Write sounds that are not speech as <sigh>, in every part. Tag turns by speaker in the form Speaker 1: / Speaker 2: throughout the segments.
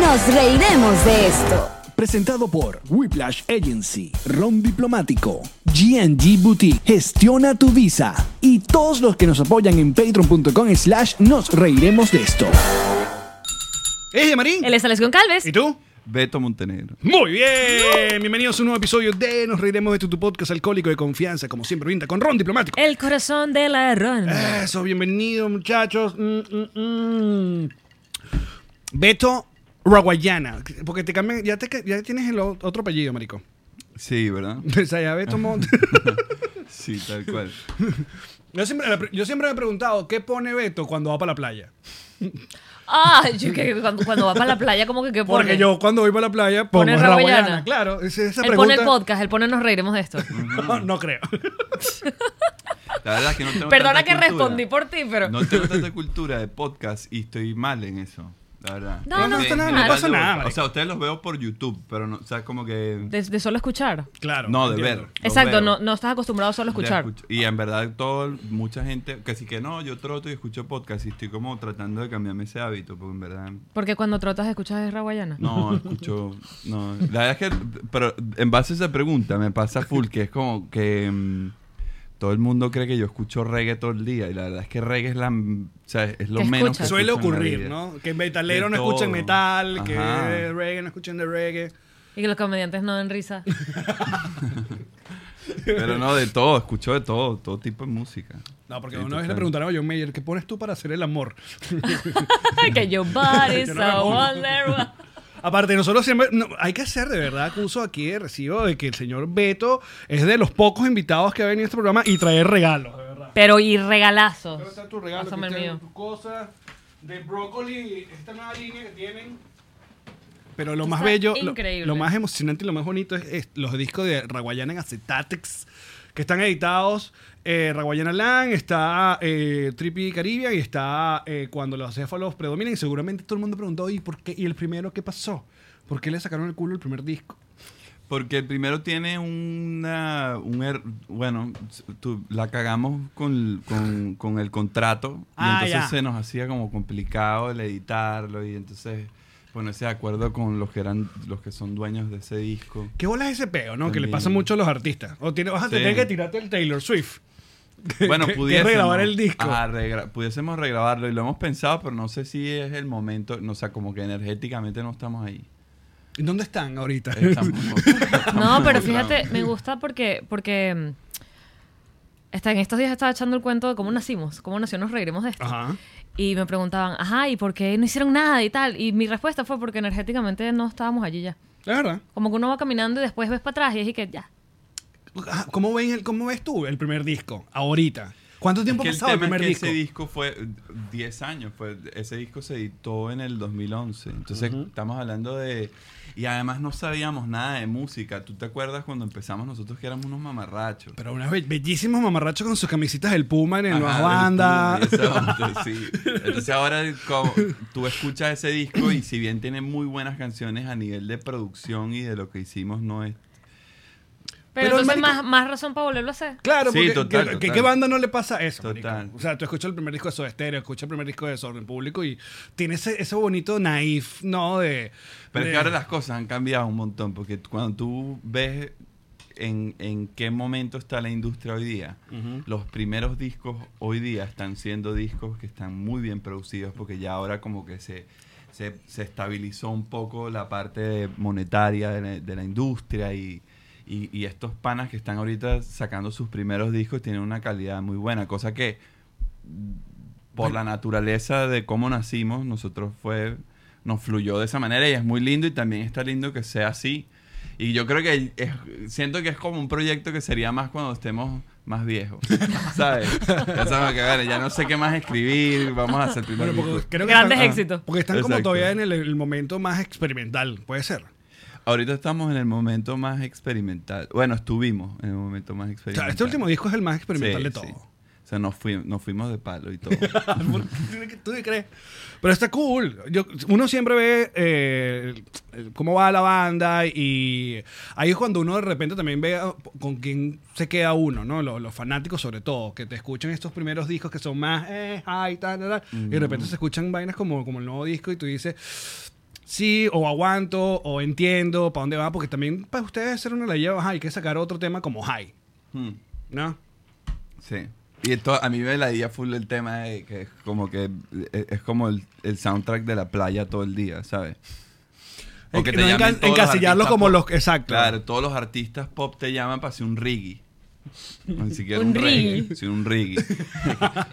Speaker 1: Nos reiremos de esto.
Speaker 2: Presentado por Whiplash Agency, Ron Diplomático, GNG Boutique, Gestiona tu Visa y todos los que nos apoyan en patreon.com slash nos reiremos de esto.
Speaker 3: ¡Ey, Marín!
Speaker 4: Él es Alex Goncalves.
Speaker 3: ¿Y tú?
Speaker 5: Beto Montenegro.
Speaker 3: Muy bien, bienvenidos a un nuevo episodio de Nos Reiremos de tu, tu podcast alcohólico de confianza, como siempre brinda con Ron Diplomático.
Speaker 4: El corazón de la ronda.
Speaker 3: Eso, bienvenidos muchachos. Mm, mm, mm. Beto Raguayana, porque te cambian, ya, te, ya tienes el o- otro apellido, marico.
Speaker 5: Sí, ¿verdad?
Speaker 3: O sea, <laughs> ya Beto Mon-
Speaker 5: Sí, tal cual.
Speaker 3: yo, siempre, yo siempre me he preguntado, ¿qué pone Beto cuando va para la playa?
Speaker 4: Ah, yo que cuando, cuando va para la playa, como que ¿qué pone?
Speaker 3: Porque yo cuando voy para la playa pongo
Speaker 4: Pone
Speaker 3: Raguayana.
Speaker 4: Raguayana.
Speaker 3: Claro, esa, esa
Speaker 4: él pone
Speaker 3: pregunta.
Speaker 4: el podcast, él pone nos reiremos de esto.
Speaker 3: <laughs> <laughs> no, no creo. <laughs>
Speaker 5: La verdad es que no tengo
Speaker 4: Perdona
Speaker 5: tanta
Speaker 4: que
Speaker 5: cultura.
Speaker 4: respondí por ti, pero.
Speaker 5: No tengo tanta cultura de podcast y estoy mal en eso. La verdad.
Speaker 4: No, no, no
Speaker 5: Este,
Speaker 4: pasa nada,
Speaker 5: en
Speaker 4: no
Speaker 5: general
Speaker 3: pasa
Speaker 5: yo-
Speaker 3: nada,
Speaker 5: O
Speaker 3: marico.
Speaker 5: sea, ustedes los veo por YouTube, pero no, o sea, como que.
Speaker 4: De, de solo escuchar.
Speaker 3: Claro.
Speaker 5: no, de
Speaker 3: entiendo.
Speaker 5: ver. los
Speaker 4: Exacto,
Speaker 5: veo.
Speaker 4: no, no estás acostumbrado solo a
Speaker 5: De
Speaker 4: escuchar.
Speaker 5: escuch- Y en verdad, todo, mucha gente, que sí que no, yo troto y escucho podcast y estoy como tratando de cambiarme ese hábito, porque en verdad
Speaker 4: Porque cuando tratas de escuchar es raguayana.
Speaker 5: No, escucho. No. La verdad es que, pero en base a esa pregunta, me pasa full, que es como que mm, todo el mundo cree que yo escucho reggae todo el día. Y la verdad es que reggae es, la, o sea, es lo
Speaker 4: ¿Qué
Speaker 5: menos. que
Speaker 4: escuchas?
Speaker 3: Suele
Speaker 5: escucho en la
Speaker 3: ocurrir,
Speaker 5: vida.
Speaker 3: ¿no? Que metaleros
Speaker 5: De
Speaker 3: no escuchen
Speaker 5: todo.
Speaker 3: metal, que
Speaker 5: Ajá.
Speaker 3: de reggae no escuchen de reggae.
Speaker 4: Y que los comediantes no den
Speaker 3: <laughs>
Speaker 4: risa.
Speaker 5: Pero no, de todo, escucho de todo, todo tipo de música.
Speaker 3: No, porque
Speaker 5: Sí,
Speaker 3: una vez le
Speaker 5: total.
Speaker 3: preguntaron a John Mayer, ¿qué pones tú para hacer el amor?
Speaker 4: <laughs> que your body's
Speaker 3: Yo no me
Speaker 4: a
Speaker 3: pongo.
Speaker 4: wonderful.
Speaker 3: Aparte, nosotros siempre... no, hay que hacer de verdad acuso aquí de recibo de que el señor Beto es de los pocos invitados que ha venido a este programa y traer regalos, de verdad.
Speaker 4: Pero y regalazos.
Speaker 3: Debe estar tu regalo,
Speaker 4: Pásame el
Speaker 3: que
Speaker 4: mío.
Speaker 3: tus cosas de brócoli, esta nueva línea que tienen. Pero lo más
Speaker 4: Está
Speaker 3: bello, lo,
Speaker 4: increíble.
Speaker 3: lo más emocionante y lo más bonito es, es los discos de Raguayana en acetatex que están editados. eh, Raguayana Land, está eh, Trippy Caribbean y está eh, cuando los acéfalos predominan. Y seguramente todo el mundo preguntó, ¿y por qué? ¿Y el primero qué pasó? ¿Por qué le sacaron el culo el primer disco?
Speaker 5: Porque el primero tiene una. Un er- bueno, tú- la cagamos con, con- con el contrato. Y
Speaker 3: Ah,
Speaker 5: entonces
Speaker 3: ya.
Speaker 5: se nos hacía como complicado el editarlo. Y entonces ponerse de acuerdo con los que eran los que son dueños de ese
Speaker 3: <laughs>
Speaker 5: disco.
Speaker 3: ¿Qué bola es ese peo, no? Que le
Speaker 5: También.
Speaker 3: pasa mucho a los artistas. O tiene, vas a
Speaker 5: Sí.
Speaker 3: tener que tirarte el Taylor Swift.
Speaker 5: Bueno,
Speaker 3: que- que
Speaker 5: pudiésemos.
Speaker 3: regrabar el disco.
Speaker 5: Ajá, regra- pudiésemos regrabarlo y lo hemos pensado, pero no sé si es el momento. No, o sea, como que energéticamente no estamos
Speaker 3: <laughs>
Speaker 5: ahí.
Speaker 3: ¿Y ¿Dónde están ahorita? <laughs>
Speaker 5: Estamos- estamos
Speaker 4: No, pero
Speaker 5: frustrados.
Speaker 4: fíjate, me gusta porque, porque mm, está, en estos días estaba echando el cuento de cómo nacimos, cómo nació Nos Reiremos de esto.
Speaker 3: Ajá.
Speaker 4: Y me preguntaban, ajá, ¿y por qué no hicieron nada y tal? Y mi respuesta fue porque energéticamente no estábamos allí ya.
Speaker 3: La verdad.
Speaker 4: Como que uno va caminando y después ves para atrás y es y que ya.
Speaker 3: Ah, ¿Cómo, ven el- ¿Cómo ves tú el primer disco ahorita? ¿Cuánto tiempo
Speaker 5: que
Speaker 3: ha
Speaker 5: el
Speaker 3: pasado el
Speaker 5: tema es
Speaker 3: primer
Speaker 5: que
Speaker 3: disco?
Speaker 5: ese disco fue eh, 10 años, fue, ese disco se editó en el 2011, entonces estamos hablando de... Y además no sabíamos nada de música, ¿tú te acuerdas cuando empezamos nosotros que éramos unos mamarrachos?
Speaker 3: Pero unos be- bellísimos mamarrachos con sus camisitas del Puma en
Speaker 5: Ajá,
Speaker 3: el Nuevas
Speaker 5: del Puma
Speaker 3: Bandas.
Speaker 5: y esa onda, sí. Entonces ahora como tú escuchas ese disco y si bien tiene muy buenas canciones a nivel de producción y de lo que hicimos no es...
Speaker 4: Pero,
Speaker 3: Pero el
Speaker 4: entonces
Speaker 3: marico-
Speaker 4: más, más razón para volverlo a hacer.
Speaker 3: <laughs> Claro,
Speaker 5: Sí,
Speaker 3: porque
Speaker 5: total,
Speaker 3: que- que-
Speaker 5: total.
Speaker 3: ¿qué banda no le pasa eso?
Speaker 5: Total.
Speaker 3: marico? O sea, tú escuchas el primer disco de Soda Stereo, escuchas el primer disco de Desorden Público y tiene ese, ese bonito naif, ¿no? De,
Speaker 5: Pero es
Speaker 3: de-
Speaker 5: que ahora las cosas han cambiado un montón, porque tú- cuando tú ves en, en qué momento está la industria hoy día, los primeros discos hoy día están siendo discos que están muy bien producidos, porque ya ahora como que se, se, se estabilizó un poco la parte monetaria de la, de la industria y, y- y estos panas que están ahorita sacando sus primeros discos tienen una calidad muy buena, cosa que por la naturaleza de cómo nacimos, nosotros fue, nos fluyó de esa manera y es muy lindo y también está lindo que sea así. Y yo creo que es- siento que es como un proyecto que sería más cuando estemos más
Speaker 3: <laughs>
Speaker 5: viejos, ¿sabes? ya sabemos que, bueno, ya no sé qué más escribir, vamos a hacer primero
Speaker 3: Bueno, porque creo que
Speaker 4: Grandes
Speaker 3: están,
Speaker 4: éxitos.
Speaker 3: Porque están como
Speaker 5: Exacto.
Speaker 3: todavía en el, el momento más experimental, puede ser.
Speaker 5: Ahorita estamos en el momento más experimental. Bueno, estuvimos en el momento más
Speaker 3: O sea,
Speaker 5: experimental.
Speaker 3: este último disco es el más experimental
Speaker 5: Sí,
Speaker 3: de
Speaker 5: sí.
Speaker 3: todo.
Speaker 5: O sea, nos, fui- nos fuimos de palo y
Speaker 3: <laughs>
Speaker 5: todo.
Speaker 3: ¿Por qué <laughs> ¿Tú, tú crees? Pero está cool. Yo- uno siempre ve eh, el- cómo va la banda y ahí es cuando uno de repente también ve a- con quién se queda uno, ¿no? Los, los fanáticos sobre todo, que te escuchan estos primeros discos que son más, eh, ay, tal, tal, tal, y de repente se escuchan vainas como, como el nuevo disco y tú dices, sí, o aguanto, o entiendo, para dónde va, porque también para ustedes hacer una ley, ajá, hay que sacar otro tema como high,
Speaker 5: Hmm,
Speaker 3: ¿no?
Speaker 5: sí. Y esto, a mí me la día full el tema de que es como que e, es, es como el, el soundtrack de la playa todo el día, ¿sabes? O
Speaker 3: En-
Speaker 5: que te
Speaker 3: no
Speaker 5: llamen
Speaker 3: encan-
Speaker 5: todos los
Speaker 3: encasillarlo
Speaker 5: artistas
Speaker 3: como
Speaker 5: pop.
Speaker 3: los- exacto.
Speaker 5: Claro, todos los artistas pop te llaman para hacer un reggae. No, Ni siquiera
Speaker 4: Un
Speaker 5: un,
Speaker 4: reggae.
Speaker 5: reggae. Sí, un reggae.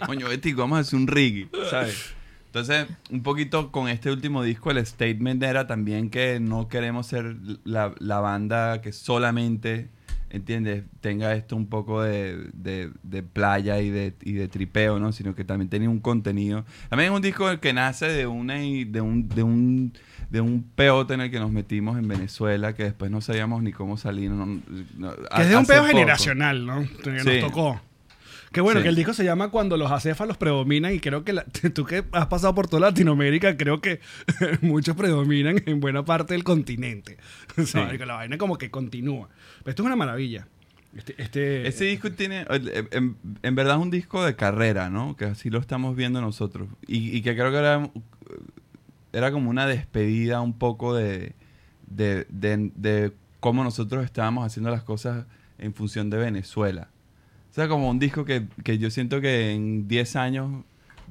Speaker 5: Coño, Betico, vamos a hacer un reggae, ¿sabes? Entonces, un poquito con este último disco, el statement era también que no queremos ser la, la banda que solamente, ¿entiendes? Tenga esto un poco de, de- de playa y de, y de tripeo, ¿no? Sino que también tenía un contenido. También es un disco que nace de, una, y- de, un, de, un, de un peote en el que nos metimos en Venezuela, que después no sabíamos ni cómo salir. no- no-
Speaker 3: Que es de un
Speaker 5: hace
Speaker 3: pedo
Speaker 5: poco.
Speaker 3: generacional, ¿no? Que
Speaker 5: Sí.
Speaker 3: nos tocó. Que bueno,
Speaker 5: Sí.
Speaker 3: que el disco se llama Cuando los acéfalos predominan y creo que la- <laughs> tú que has pasado por toda Latinoamérica, creo que <laughs> muchos predominan en buena parte del continente. <laughs> O sea,
Speaker 5: Sí.
Speaker 3: que la vaina como que continúa. Pero esto es una maravilla. Este, este-
Speaker 5: Ese disco tiene, eh, en, en verdad es un disco de carrera, ¿no? Que así lo estamos viendo nosotros. Y, y que creo que era, era como una despedida un poco de, de, de- de cómo nosotros estábamos haciendo las cosas en función de Venezuela. O sea, como un disco que, que yo siento que en 10 años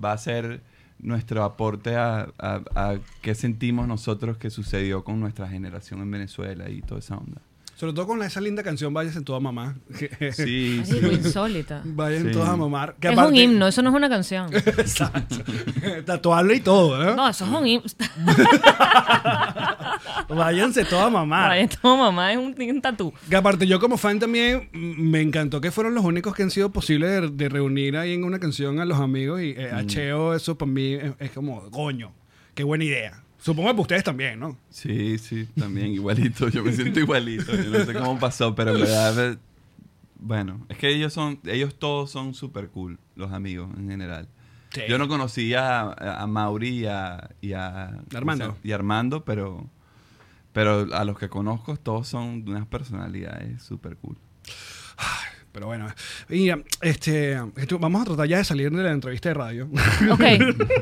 Speaker 5: va a ser nuestro aporte a, a- a qué sentimos nosotros que sucedió con nuestra generación en Venezuela y toda esa onda.
Speaker 3: sobre todo con esa linda canción Vayas en toda <laughs> mamá.
Speaker 5: Sí, sí.
Speaker 4: Marico, insólita.
Speaker 3: Vayan
Speaker 5: Sí.
Speaker 3: todas a mamar. Que
Speaker 4: es un
Speaker 3: aparte- <laughs>
Speaker 4: himno, eso no es una canción.
Speaker 3: Exacto. Tatuable y todo, ¿eh? ¿no?
Speaker 4: No, eso es un himno. <laughs>
Speaker 3: Váyanse todas a mamar.
Speaker 4: Ay, esto, mamá, es un, un tatú.
Speaker 3: Que aparte, yo como fan también mm, me encantó que fueron los únicos que han sido posibles de, de reunir ahí en una canción a los amigos y
Speaker 5: Mm.
Speaker 3: eh, a Cheo, eso para mí es, es como, coño, qué buena idea. Supongo que para ustedes también, ¿no?
Speaker 5: Sí, sí, también igualito. Yo me siento igualito. Yo no sé cómo pasó, pero en verdad. eh, Bueno, es que ellos son, ellos todos son súper cool, los amigos en general.
Speaker 3: Sí.
Speaker 5: Yo no conocía a, a Mauri y a, y a-
Speaker 3: Armando.
Speaker 5: y a Armando, pero, pero a los que conozco todos son unas personalidades súper cool.
Speaker 3: Pero bueno, mira, este, esto- vamos a tratar ya de salir de la entrevista de radio. <laughs>
Speaker 4: Ok,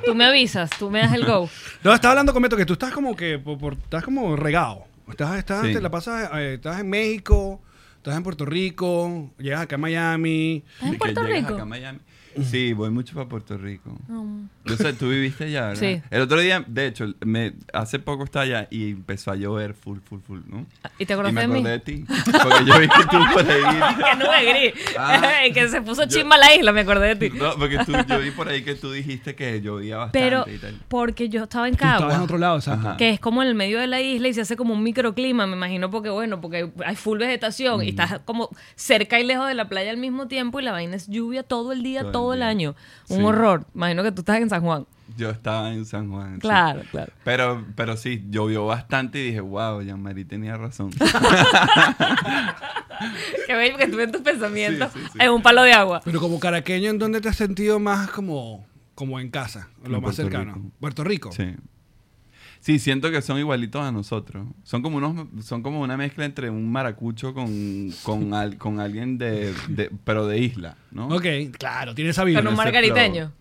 Speaker 4: tú me avisas, tú me das el go.
Speaker 3: no, estaba hablando con Beto que tú estás como que, por- por- estás como regado. Estás, estás,
Speaker 5: Sí.
Speaker 3: te la pasas, eh, estás en México, estás en Puerto Rico, llegas acá a Miami.
Speaker 4: ¿Estás
Speaker 5: Y
Speaker 4: en
Speaker 5: que
Speaker 4: Puerto
Speaker 5: llegas
Speaker 4: Rico?
Speaker 5: acá a Miami. Sí, voy mucho para Puerto Rico.
Speaker 4: No.
Speaker 5: Yo sé, tú viviste allá, ¿verdad?
Speaker 4: Sí.
Speaker 5: El otro día, de hecho, me, hace poco estaba allá y empezó a llover full, full, full, ¿no?
Speaker 4: Ah, ¿Y te acordaste
Speaker 5: y
Speaker 4: de
Speaker 5: me
Speaker 4: mí?
Speaker 5: acordé de ti. Porque yo vi que tú por ahí.
Speaker 4: <laughs> Que no
Speaker 5: <laughs>
Speaker 4: me gris.
Speaker 5: Ah.
Speaker 4: <laughs> que se puso chimba la isla, me acordé de ti.
Speaker 5: No, porque tú, yo vi por ahí que tú dijiste que llovía bastante
Speaker 4: Pero
Speaker 5: y tal.
Speaker 4: porque yo estaba en
Speaker 3: Tú estabas en
Speaker 4: Cagua,
Speaker 3: otro lado, exacto.
Speaker 5: Ajá.
Speaker 4: que es como en el medio de la isla y se hace como un microclima, me imagino, porque bueno, porque hay full vegetación
Speaker 5: Mm.
Speaker 4: y estás como cerca y lejos de la playa al mismo tiempo y la vaina es lluvia todo el día, todo,
Speaker 5: Todo
Speaker 4: el,
Speaker 5: el día.
Speaker 4: año. Un
Speaker 5: Sí.
Speaker 4: horror. Imagino que tú estás en San Juan.
Speaker 5: Yo estaba en San Juan. sí.
Speaker 4: Claro,
Speaker 5: <laughs>
Speaker 4: claro.
Speaker 5: Pero, pero sí, llovió bastante y dije, wow, Jean-Marie tenía
Speaker 4: <laughs>
Speaker 5: razón.
Speaker 4: Que veis que estuve en tus pensamientos
Speaker 5: Sí, sí, sí.
Speaker 4: en un palo de agua.
Speaker 3: Pero como caraqueño, ¿en dónde te has sentido más como, como en casa? Lo
Speaker 5: En
Speaker 3: más
Speaker 5: Puerto
Speaker 3: cercano.
Speaker 5: Rico.
Speaker 3: Puerto Rico.
Speaker 5: Sí. Sí, siento que son igualitos a nosotros. Son como unos, son como una mezcla entre un maracucho con, con, al- con alguien de, de- pero de isla, ¿no?
Speaker 3: Ok, claro, tiene esa
Speaker 4: Con
Speaker 3: vibra.
Speaker 4: un
Speaker 5: ese
Speaker 4: margariteño.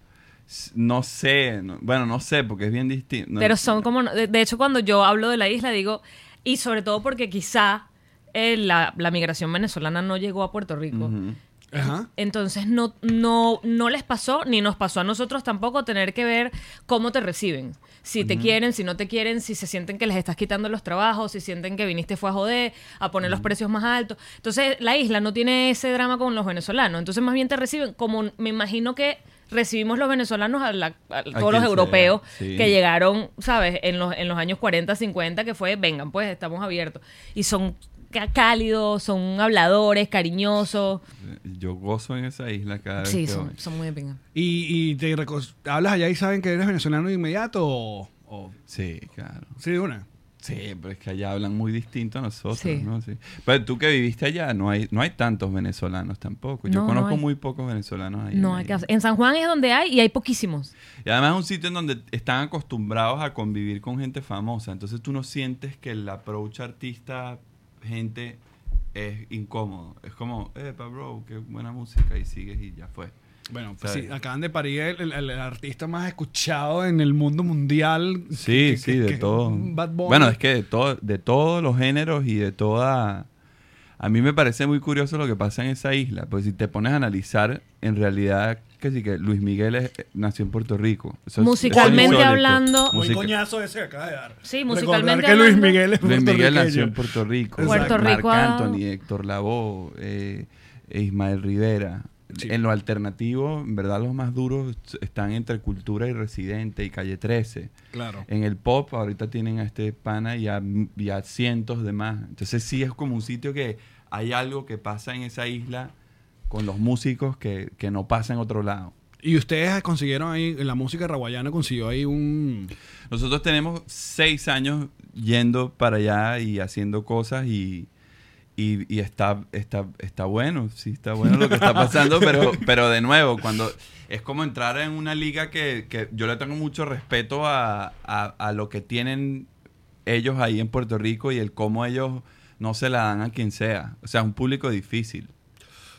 Speaker 5: S- No sé, no- bueno, no sé, porque es bien distinto. No-
Speaker 4: Pero son como. De, de hecho, cuando yo hablo de la isla, digo. Y sobre todo porque quizá eh, la, la migración venezolana no llegó a Puerto Rico.
Speaker 5: Ujú.
Speaker 3: Ajá.
Speaker 4: Entonces no, no, no les pasó, ni nos pasó a nosotros tampoco, tener que ver cómo te reciben. Si te quieren, si no te quieren, si se sienten que les estás quitando los trabajos, si sienten que viniste fue a joder, a poner los precios más altos. Entonces la isla no tiene ese drama con los venezolanos. Entonces más bien te reciben como me imagino que recibimos los venezolanos a, la- a todos
Speaker 5: quien
Speaker 4: los
Speaker 5: sea,
Speaker 4: europeos
Speaker 5: sí.
Speaker 4: que llegaron, ¿sabes? En los, en los años 40, 50, que fue, vengan, pues estamos abiertos. Y son ca- cálidos, son habladores, cariñosos.
Speaker 5: Yo gozo en esa isla cada vez
Speaker 4: Sí,
Speaker 5: que
Speaker 4: son,
Speaker 5: voy.
Speaker 4: son muy de pinga.
Speaker 3: ¿Y, y te reco- hablas allá y saben que eres venezolano de inmediato o...? o-
Speaker 5: Sí, claro.
Speaker 3: sí, de una.
Speaker 5: Sí, pero es que allá hablan muy distinto a nosotros,
Speaker 4: Sí.
Speaker 5: ¿no? Sí. Pero tú que viviste allá, no hay, no hay tantos venezolanos tampoco. Yo
Speaker 4: No, no
Speaker 5: conozco
Speaker 4: hay.
Speaker 5: muy pocos venezolanos ahí. en
Speaker 4: No,
Speaker 5: la
Speaker 4: hay que-
Speaker 5: isla.
Speaker 4: en San Juan es donde hay y hay poquísimos.
Speaker 5: Y además es un sitio en donde están acostumbrados a convivir con gente famosa. Entonces tú no sientes que el approach artista, gente, es incómodo. Es como, eh, bro, qué buena música. Y sigues y ya fue.
Speaker 3: Bueno, pues
Speaker 5: ¿Sabes?
Speaker 3: sí, acaban de parir el, el- el artista más escuchado en el mundo mundial.
Speaker 5: Sí,
Speaker 3: Que-
Speaker 5: sí,
Speaker 3: que-
Speaker 5: de
Speaker 3: que-
Speaker 5: todo.
Speaker 3: Bad Bunny.
Speaker 5: Bueno, es que de, todo, de todos los géneros y de toda... A mí me parece muy curioso lo que pasa en esa isla, pues si te pones a analizar, en realidad, que sí que Luis Miguel es- nació en Puerto Rico. Eso es-
Speaker 4: Musicalmente
Speaker 5: eso es insólito.
Speaker 4: hablando-
Speaker 3: Muy
Speaker 5: Música-
Speaker 3: coñazo ese que acaba de dar.
Speaker 4: Sí,
Speaker 3: Recordar
Speaker 4: musicalmente
Speaker 3: que Luis
Speaker 4: hablando-
Speaker 3: Miguel es
Speaker 5: Luis Miguel nació en
Speaker 3: puertorriqueño.
Speaker 5: Puerto Rico.
Speaker 4: Puerto
Speaker 5: Marc
Speaker 4: Rico ah. ha dado-
Speaker 5: Anthony, Héctor Lavoe, eh, e Ismael Rivera.
Speaker 3: Sí.
Speaker 5: En lo alternativo, en verdad los más duros están entre Cultura y Residente y Calle 13.
Speaker 3: Claro.
Speaker 5: En el pop ahorita tienen a este pana y a, y a cientos de más. Entonces sí es como un sitio que hay algo que pasa en esa isla con los músicos que, que no pasa en otro lado.
Speaker 3: Y ustedes consiguieron ahí, la música raguayana consiguió ahí un...
Speaker 5: Nosotros tenemos seis años yendo para allá y haciendo cosas y, y- y está, está, está bueno, sí, está bueno lo que está pasando,
Speaker 3: <laughs>
Speaker 5: pero, pero de nuevo, cuando es como entrar en una liga que, que yo le tengo mucho respeto a, a- a lo que tienen ellos ahí en Puerto Rico y el cómo ellos no se la dan a quien sea. O sea, es un público difícil.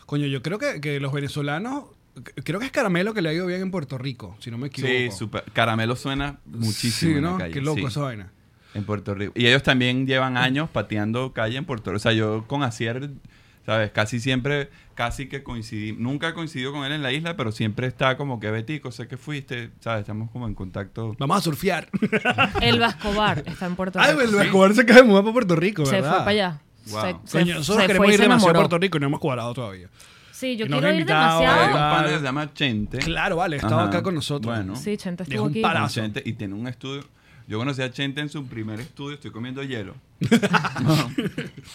Speaker 3: Coño, yo creo que, que los venezolanos... c- Creo que es Caramelo que le ha ido bien en Puerto Rico, si no me equivoco.
Speaker 5: Sí, super. Caramelo suena muchísimo.
Speaker 3: Sí,
Speaker 5: en la
Speaker 3: ¿no?
Speaker 5: calle,
Speaker 3: Qué loco
Speaker 5: sí.
Speaker 3: esa vaina.
Speaker 5: En Puerto Rico. Y ellos también llevan años pateando calle en Puerto Rico. O sea, yo con Acier, ¿sabes? Casi siempre, casi que coincidí. Nunca coincidió con él en la isla, pero siempre está como que Betico, sé que fuiste, ¿sabes? Estamos como en contacto.
Speaker 3: Vamos a surfear.
Speaker 4: El
Speaker 3: <laughs>
Speaker 4: Vascobar está en Puerto
Speaker 3: Ay,
Speaker 4: Rico.
Speaker 3: el Escobar se acaba de mudar para Puerto Rico,
Speaker 4: se
Speaker 3: ¿verdad?
Speaker 4: fue para allá.
Speaker 5: Wow.
Speaker 4: Se, se-
Speaker 3: Coño, nosotros
Speaker 4: se
Speaker 3: queremos
Speaker 4: fue y
Speaker 3: ir
Speaker 4: se
Speaker 3: demasiado a
Speaker 4: enamoró.
Speaker 3: Puerto Rico y no hemos cuadrado todavía.
Speaker 4: Sí, yo
Speaker 3: Y nos
Speaker 4: quiero
Speaker 3: ha
Speaker 4: ir
Speaker 3: invitado,
Speaker 5: Hay
Speaker 4: demasiado.
Speaker 5: un
Speaker 3: ¿verdad?
Speaker 5: pana que se llama Chente.
Speaker 3: Claro, vale, estaba
Speaker 5: Ajá.
Speaker 3: acá con nosotros.
Speaker 5: Bueno.
Speaker 4: Sí, Chente
Speaker 3: Es
Speaker 4: estuvo
Speaker 3: un
Speaker 4: aquí.
Speaker 3: pala-
Speaker 5: Con
Speaker 3: Paso.
Speaker 5: Chente, y tiene un estudio. Yo conocí a Chente en su primer estudio, estoy comiendo
Speaker 3: <laughs>
Speaker 5: hielo.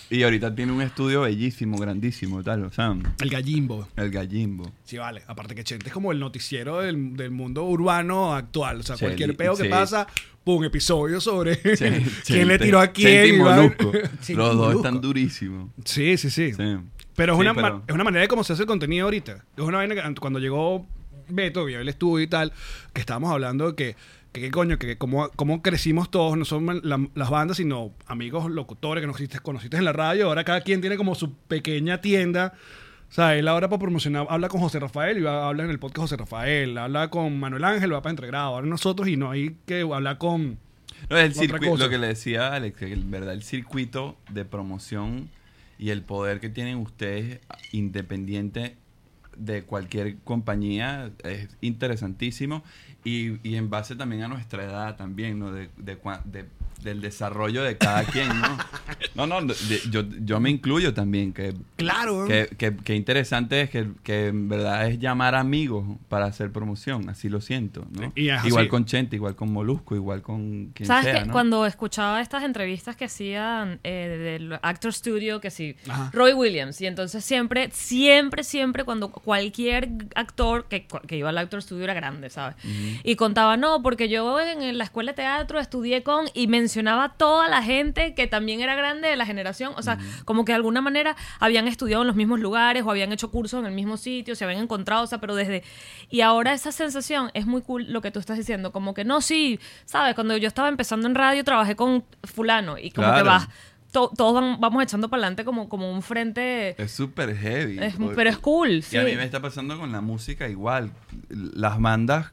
Speaker 5: y ahorita tiene un estudio bellísimo, grandísimo, tal, o sea,
Speaker 3: El gallimbo.
Speaker 5: el gallimbo.
Speaker 3: Sí, vale. Aparte que Chente es como el noticiero del, del mundo urbano actual. O sea,
Speaker 5: Sí,
Speaker 3: cualquier
Speaker 5: el-
Speaker 3: peo que
Speaker 5: sí.
Speaker 3: pasa, pum, episodio sobre <laughs> <laughs> quién
Speaker 5: Chente-
Speaker 3: le tiró a
Speaker 5: Chente
Speaker 3: quién.
Speaker 5: y
Speaker 3: y va-
Speaker 5: Molusco.
Speaker 3: <laughs> Chente y
Speaker 5: Los dos
Speaker 3: Molusco.
Speaker 5: están durísimos.
Speaker 3: Sí, sí, sí.
Speaker 5: Sí.
Speaker 3: Pero, es,
Speaker 5: Sí,
Speaker 3: una
Speaker 5: pero-
Speaker 3: ma- es una manera de cómo se hace el contenido ahorita. Es una vaina que an- cuando llegó Beto, vio el estudio y tal, que estábamos hablando de que, que qué coño, que cómo, cómo crecimos todos, no son la- las bandas, sino amigos locutores que nos conociste, conociste en la radio. Ahora cada quien tiene como su pequeña tienda. O sea, él ahora para promocionar habla con José Rafael y va, habla en el podcast José Rafael. Habla con Manuel Ángel, va para entregrado. Ahora nosotros y no hay que hablar con...
Speaker 5: No, el
Speaker 3: Otra
Speaker 5: circuito,
Speaker 3: cosa.
Speaker 5: lo que le decía a Alex, que el verdad el circuito de promoción y el poder que tienen ustedes independiente de cualquier compañía es interesantísimo y, y en base también a nuestra edad también, ¿no? De, de cua- de- del desarrollo de cada quien,
Speaker 3: <laughs>
Speaker 5: ¿no? No, no, de- yo, yo me incluyo también, que
Speaker 3: Claro.
Speaker 5: que, que- que interesante es que, que en verdad es llamar amigos para hacer promoción, así lo siento. ¿no?
Speaker 3: Y es así.
Speaker 5: igual con Chente, igual con Molusco, igual con quien
Speaker 4: ¿Sabes
Speaker 5: sea.
Speaker 4: que
Speaker 5: ¿no?
Speaker 4: Cuando escuchaba estas entrevistas que hacían eh, del Actor Studio, que sí,
Speaker 3: Ajá.
Speaker 4: Roy Williams, y entonces siempre, siempre, siempre, cuando cualquier actor que, que iba al Actor Studio era grande, ¿sabes? Y contaba, no, porque yo en la escuela de teatro estudié con, y mencionaba a toda la gente que también era grande de la generación, o sea, como que de alguna manera habían estudiado en los mismos lugares o habían hecho cursos en el mismo sitio, se habían encontrado, o sea, pero desde... Y ahora esa sensación es muy cool lo que tú estás diciendo, como que no, sí, sabes, cuando yo estaba empezando en radio trabajé con fulano y como que
Speaker 5: Claro.
Speaker 4: vas, to- todos van- vamos echando para adelante como, como un frente...
Speaker 5: Es súper heavy.
Speaker 4: es-
Speaker 5: porque-
Speaker 4: pero es cool,
Speaker 5: Y
Speaker 4: sí.
Speaker 5: a mí me está pasando con la música igual. Las bandas.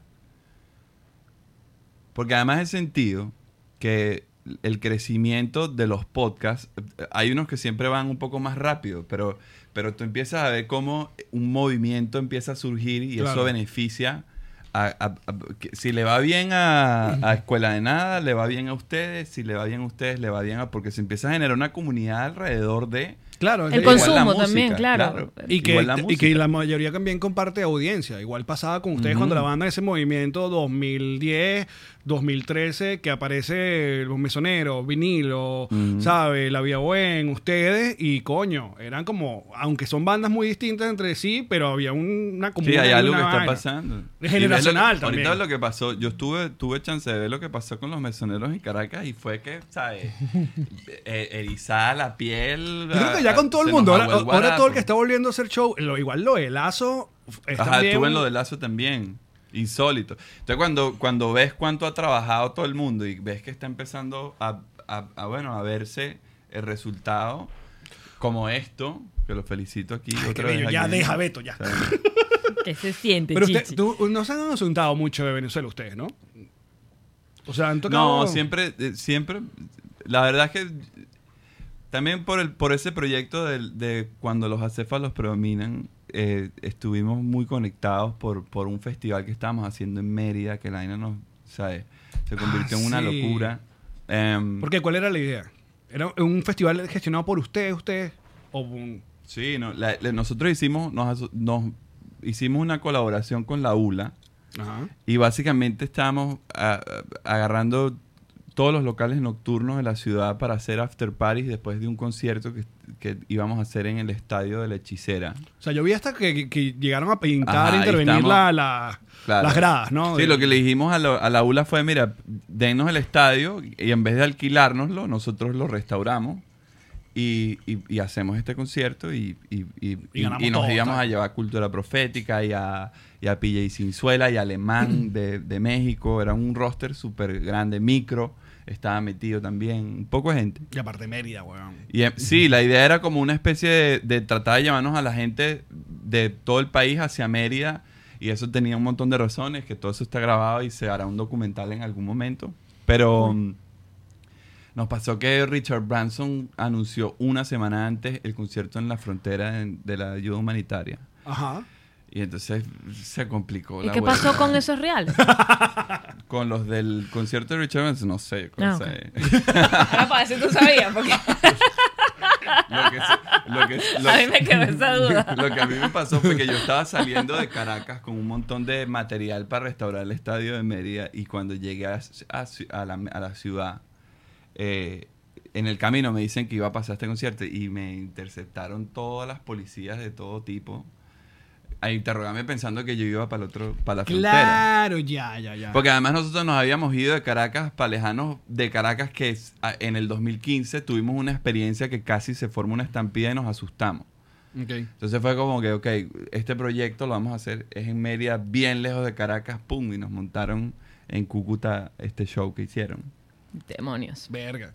Speaker 5: Porque además he sentido que el crecimiento de los podcasts. eh, Hay unos que siempre van un poco más rápido, pero, pero tú empiezas a ver cómo un movimiento empieza a surgir y
Speaker 3: Claro.
Speaker 5: eso beneficia. a- a- a- que si le va bien a, a Escuela de Nada, le va bien a ustedes. Si le va bien a ustedes, le va bien a... Porque se empieza a generar una comunidad alrededor de...
Speaker 3: Claro,
Speaker 4: El
Speaker 3: eh,
Speaker 5: Igual la
Speaker 4: consumo también, claro.
Speaker 3: Y que,
Speaker 5: Igual la
Speaker 3: y que
Speaker 5: música.
Speaker 3: la mayoría también comparte audiencia. Igual pasaba con ustedes cuando la banda en ese movimiento 2010, 2013, que aparece Los Mesoneros, Vinilo, ¿sabe? La Vía Buen, ustedes, y coño, eran como, aunque son bandas muy distintas entre sí, pero había un- una
Speaker 5: Sí,
Speaker 3: comunidad.
Speaker 5: hay
Speaker 3: y
Speaker 5: algo
Speaker 3: una
Speaker 5: que está
Speaker 3: vaina.
Speaker 5: pasando. Y
Speaker 3: Es
Speaker 5: ves lo que-
Speaker 3: generacional también.
Speaker 5: Ahorita lo que pasó, yo estuve, tuve chance de ver lo que pasó con los mesoneros en Caracas y fue que, <laughs> ¿sabes? Eh, erizada la piel.
Speaker 3: Yo creo que ya con todo el mundo. Ahora, ahora todo el que está volviendo a hacer show, lo, igual lo de Lazo. es
Speaker 5: Ajá,
Speaker 3: también-
Speaker 5: estuve en lo de Lazo también. Insólito. Entonces, cuando, cuando ves cuánto ha trabajado todo el mundo y ves que está empezando a, a- a, bueno, a verse el resultado como esto, que lo felicito aquí.
Speaker 3: Ay, qué
Speaker 5: otra
Speaker 3: bello,
Speaker 5: vez
Speaker 3: ya
Speaker 5: aquí.
Speaker 3: deja Beto, ya.
Speaker 5: ¿Sabes?
Speaker 4: Que se siente,
Speaker 3: Pero usted,
Speaker 4: chichi.
Speaker 3: tú, no se han asuntado mucho de Venezuela ustedes, ¿no? O sea, han tocado...
Speaker 5: No, siempre, eh, siempre. La verdad es que eh, también por el, por ese proyecto del- de, cuando los acéfalos predominan, eh, estuvimos muy conectados por, por un festival que estábamos haciendo en Mérida, que la vaina nos, ¿sabes? Se convirtió en una
Speaker 3: sí.
Speaker 5: locura. Em,
Speaker 3: Porque ¿cuál era la idea? ¿Era un festival gestionado por ustedes, ustedes? O un-
Speaker 5: Sí, no, la- la- nosotros hicimos, nos, aso- nos hicimos una colaboración con la ULA.
Speaker 3: Ajá.
Speaker 5: Y básicamente estábamos a- a- agarrando todos los locales nocturnos de la ciudad para hacer after parties después de un concierto que, que íbamos a hacer en el estadio de la hechicera.
Speaker 3: O sea, yo vi hasta que, que- que llegaron a pintar,
Speaker 5: Ajá,
Speaker 3: intervenir
Speaker 5: estamos-
Speaker 3: la- la-
Speaker 5: Claro.
Speaker 3: las gradas, ¿no?
Speaker 5: Sí,
Speaker 3: De-
Speaker 5: lo que le dijimos a, la- a la ULA fue, mira, denos el estadio y en vez de alquilárnoslo, nosotros lo restauramos y, y- y hacemos este concierto y, y- y- y-
Speaker 3: ganamos
Speaker 5: y nos
Speaker 3: todo,
Speaker 5: íbamos a
Speaker 3: tal.
Speaker 5: llevar cultura profética y a, y a PJ Cinzuela y
Speaker 3: <clears throat>
Speaker 5: Alemán de, de México. Era un roster súper grande, micro, estaba metido también, un poco de gente.
Speaker 3: Y aparte Mérida, weón.
Speaker 5: Y, em, sí, la idea era como una especie de, de tratar de llevarnos a la gente de todo el país hacia Mérida. Y eso tenía un montón de razones, que todo eso está grabado y se hará un documental en algún momento. Pero mm, nos pasó que Richard Branson anunció una semana antes el concierto en la frontera en- de la ayuda humanitaria.
Speaker 3: Ajá.
Speaker 5: Y entonces se complicó
Speaker 4: ¿Y
Speaker 5: la
Speaker 4: qué
Speaker 5: vuelta.
Speaker 4: pasó con esos reales?
Speaker 5: Con los del concierto de Richard Branson, no sé. con
Speaker 4: Ah,
Speaker 5: esa- eh,
Speaker 4: Ah, para eso tú sabías, porque
Speaker 5: Lo que se- lo que- lo-
Speaker 4: a mí me quedó esa duda.
Speaker 5: <laughs> Lo que a mí me pasó fue que yo estaba saliendo de Caracas con un montón de material para restaurar el estadio de Mérida y cuando llegué a, a- a la, a la ciudad, eh, en el camino me dicen que iba a pasar este concierto y me interceptaron todas las policías de todo tipo a interrogarme pensando que yo iba para el otro, para la frontera.
Speaker 3: Claro, ya, ya, ya.
Speaker 5: Porque además nosotros nos habíamos ido de Caracas para lejanos de Caracas que es- a- en el 2015 tuvimos una experiencia que casi se forma una estampida y nos asustamos.
Speaker 3: Ok.
Speaker 5: Entonces fue como que, ok, este proyecto lo vamos a hacer, es en Mérida, bien lejos de Caracas, pum, y nos montaron en Cúcuta este show que hicieron.
Speaker 4: Demonios.
Speaker 3: Verga.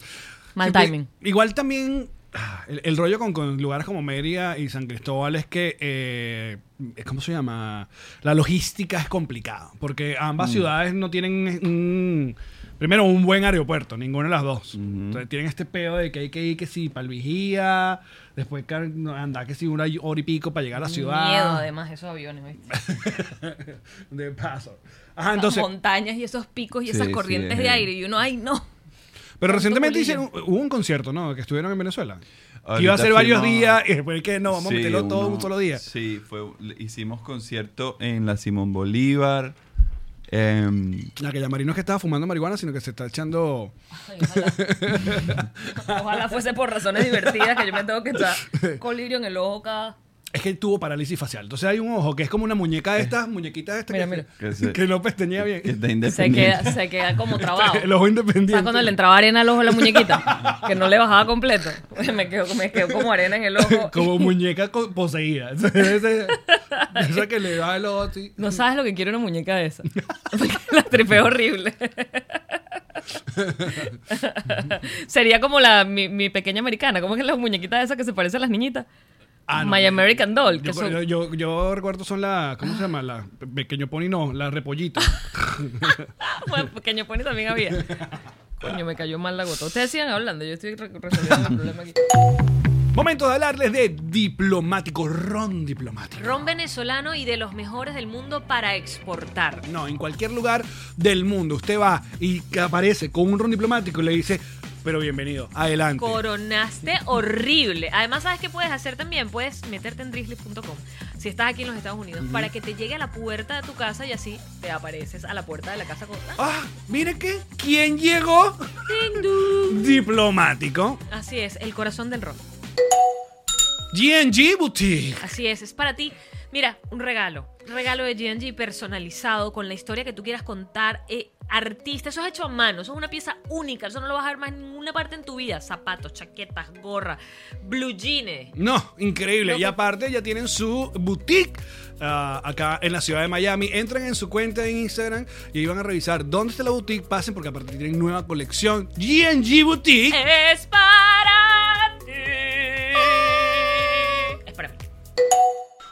Speaker 4: Mal
Speaker 3: Sí, pues,
Speaker 4: timing.
Speaker 3: Igual también ah, el, el rollo con, con lugares como Mérida y San Cristóbal es que, eh, ¿cómo se llama? La logística es complicada, porque
Speaker 5: Mm.
Speaker 3: ambas ciudades no tienen un- primero un buen aeropuerto, ninguna de las dos. Entonces tienen este pedo de que hay que ir que sí, para el vigía, después car- andar que sí, una hora y pico para llegar a la ciudad.
Speaker 4: Miedo, además, esos aviones, ¿viste?
Speaker 3: de paso. Ajá,
Speaker 4: Entonces,
Speaker 3: entonces...
Speaker 4: montañas y esos picos y
Speaker 5: Sí,
Speaker 4: esas
Speaker 5: sí,
Speaker 4: corrientes
Speaker 5: es
Speaker 4: de
Speaker 5: heavy.
Speaker 4: aire. Y uno, ay, no.
Speaker 3: Pero
Speaker 4: Tanto
Speaker 3: recientemente
Speaker 4: bolillo.
Speaker 3: hicieron, hubo un concierto, ¿no? Que estuvieron en Venezuela. Que
Speaker 5: Ah, Ahorita
Speaker 3: iba a ser varios
Speaker 5: fuimos-
Speaker 3: días y después que no, vamos a
Speaker 5: Sí,
Speaker 3: meterlo todo en
Speaker 5: uno-
Speaker 3: un solo día.
Speaker 5: Sí, fue, le- hicimos concierto en la Simón Bolívar. em,
Speaker 3: La que llamaría no es que estaba fumando marihuana, sino que se está echando.
Speaker 4: Ay, ojalá. <laughs> Ojalá fuese por razones divertidas que yo me tengo que
Speaker 5: <laughs>
Speaker 4: echar colirio en el ojo cada...
Speaker 3: Es que tuvo parálisis facial. Entonces hay un ojo que es como una muñeca de estas, muñequitas de estas
Speaker 4: Mira,
Speaker 3: que,
Speaker 4: mira.
Speaker 5: Eh. Que se-
Speaker 3: que no pesteñía bien.
Speaker 5: que está
Speaker 4: Se queda,
Speaker 5: independiente.
Speaker 4: se queda como <laughs>
Speaker 5: <laughs>
Speaker 4: trabado.
Speaker 3: El ojo independiente.
Speaker 4: ¿Sabes cuando le entraba arena al ojo a la muñequita? Que no le bajaba completo. <laughs> Me quedó, me quedó como arena en el
Speaker 5: <laughs>
Speaker 4: ojo.
Speaker 3: <laughs> como muñeca co- poseída. <laughs> Ese- Esa que le da el ojo así.
Speaker 4: No sabes lo que quiere una muñeca de esa. <laughs> la tripeo horrible. <laughs> Sería como la mi, mi pequeña americana. ¿Cómo es que la muñequita de esa que se parece a las niñitas?
Speaker 3: Ah, no.
Speaker 4: My American Doll. Que
Speaker 3: Yo,
Speaker 4: son-
Speaker 3: yo, yo- yo recuerdo son las. ¿Cómo se llama? La pequeño pony, no, la repollita. <laughs>
Speaker 4: <laughs> Bueno, pequeño pony también había. Coño, me cayó mal la gota. Ustedes sigan hablando, yo estoy re- resolviendo el problema aquí.
Speaker 3: Momento de hablarles de diplomático, ron diplomático.
Speaker 4: Ron venezolano y de los mejores del mundo para exportar.
Speaker 3: No, en cualquier lugar del mundo. Usted va y que aparece con un ron diplomático y le dice, pero bienvenido, adelante.
Speaker 4: Coronaste horrible. Además, ¿sabes qué puedes hacer también? Puedes meterte en drizzly.com si estás aquí en los Estados Unidos para que te llegue a la puerta de tu casa y así te apareces a la puerta de la casa con... ¡Ah!
Speaker 3: Ah, mire que, ¿quién llegó?
Speaker 4: ¡Ding, dong!
Speaker 3: Diplomático.
Speaker 4: Así es, el corazón del ron.
Speaker 3: GNG Boutique.
Speaker 4: Así es, es para ti. Mira, un regalo. Un regalo de GNG personalizado con la historia que tú quieras contar. eh, artista, eso es hecho a mano, eso es una pieza única, eso no lo vas a ver más en ninguna parte en tu vida. Zapatos, chaquetas, gorra, blue jeans.
Speaker 3: No, increíble.
Speaker 4: Loco.
Speaker 3: Y aparte ya tienen su boutique ah, acá en la ciudad de Miami. Entran en su cuenta en Instagram y ahí van a revisar dónde está la boutique. Pasen porque aparte tienen nueva colección. GNG Boutique.
Speaker 4: Eh. Es para ti. Es para mí.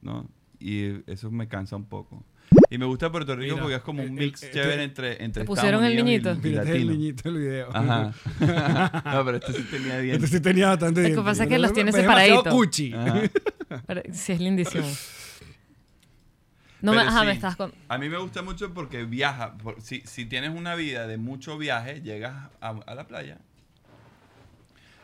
Speaker 5: ¿no? Y eso me cansa un poco. Y me gusta Puerto Rico
Speaker 3: Mira, eh,
Speaker 5: porque es como
Speaker 3: el-
Speaker 5: un mix
Speaker 3: el- el-
Speaker 5: chévere entre, entre
Speaker 4: Te pusieron el
Speaker 5: Estados Unidos y- y
Speaker 3: Mira, este es el
Speaker 5: latino.
Speaker 3: niñito del video.
Speaker 5: Ajá. <laughs> no, pero este sí tenía bien.
Speaker 3: Este sí tenía bastante
Speaker 4: Lo que
Speaker 3: dientes.
Speaker 4: pasa es que los tiene
Speaker 3: Es demasiado
Speaker 4: separaditos.
Speaker 3: cuchi.
Speaker 4: Pero sí, es
Speaker 5: <laughs>
Speaker 4: lindísimo. No me,
Speaker 5: Pero
Speaker 4: ajá,
Speaker 5: sí,
Speaker 4: me estás con...
Speaker 5: A mí me gusta mucho porque viaja. por- si, si tienes una vida de mucho viaje, llegas a, a la playa.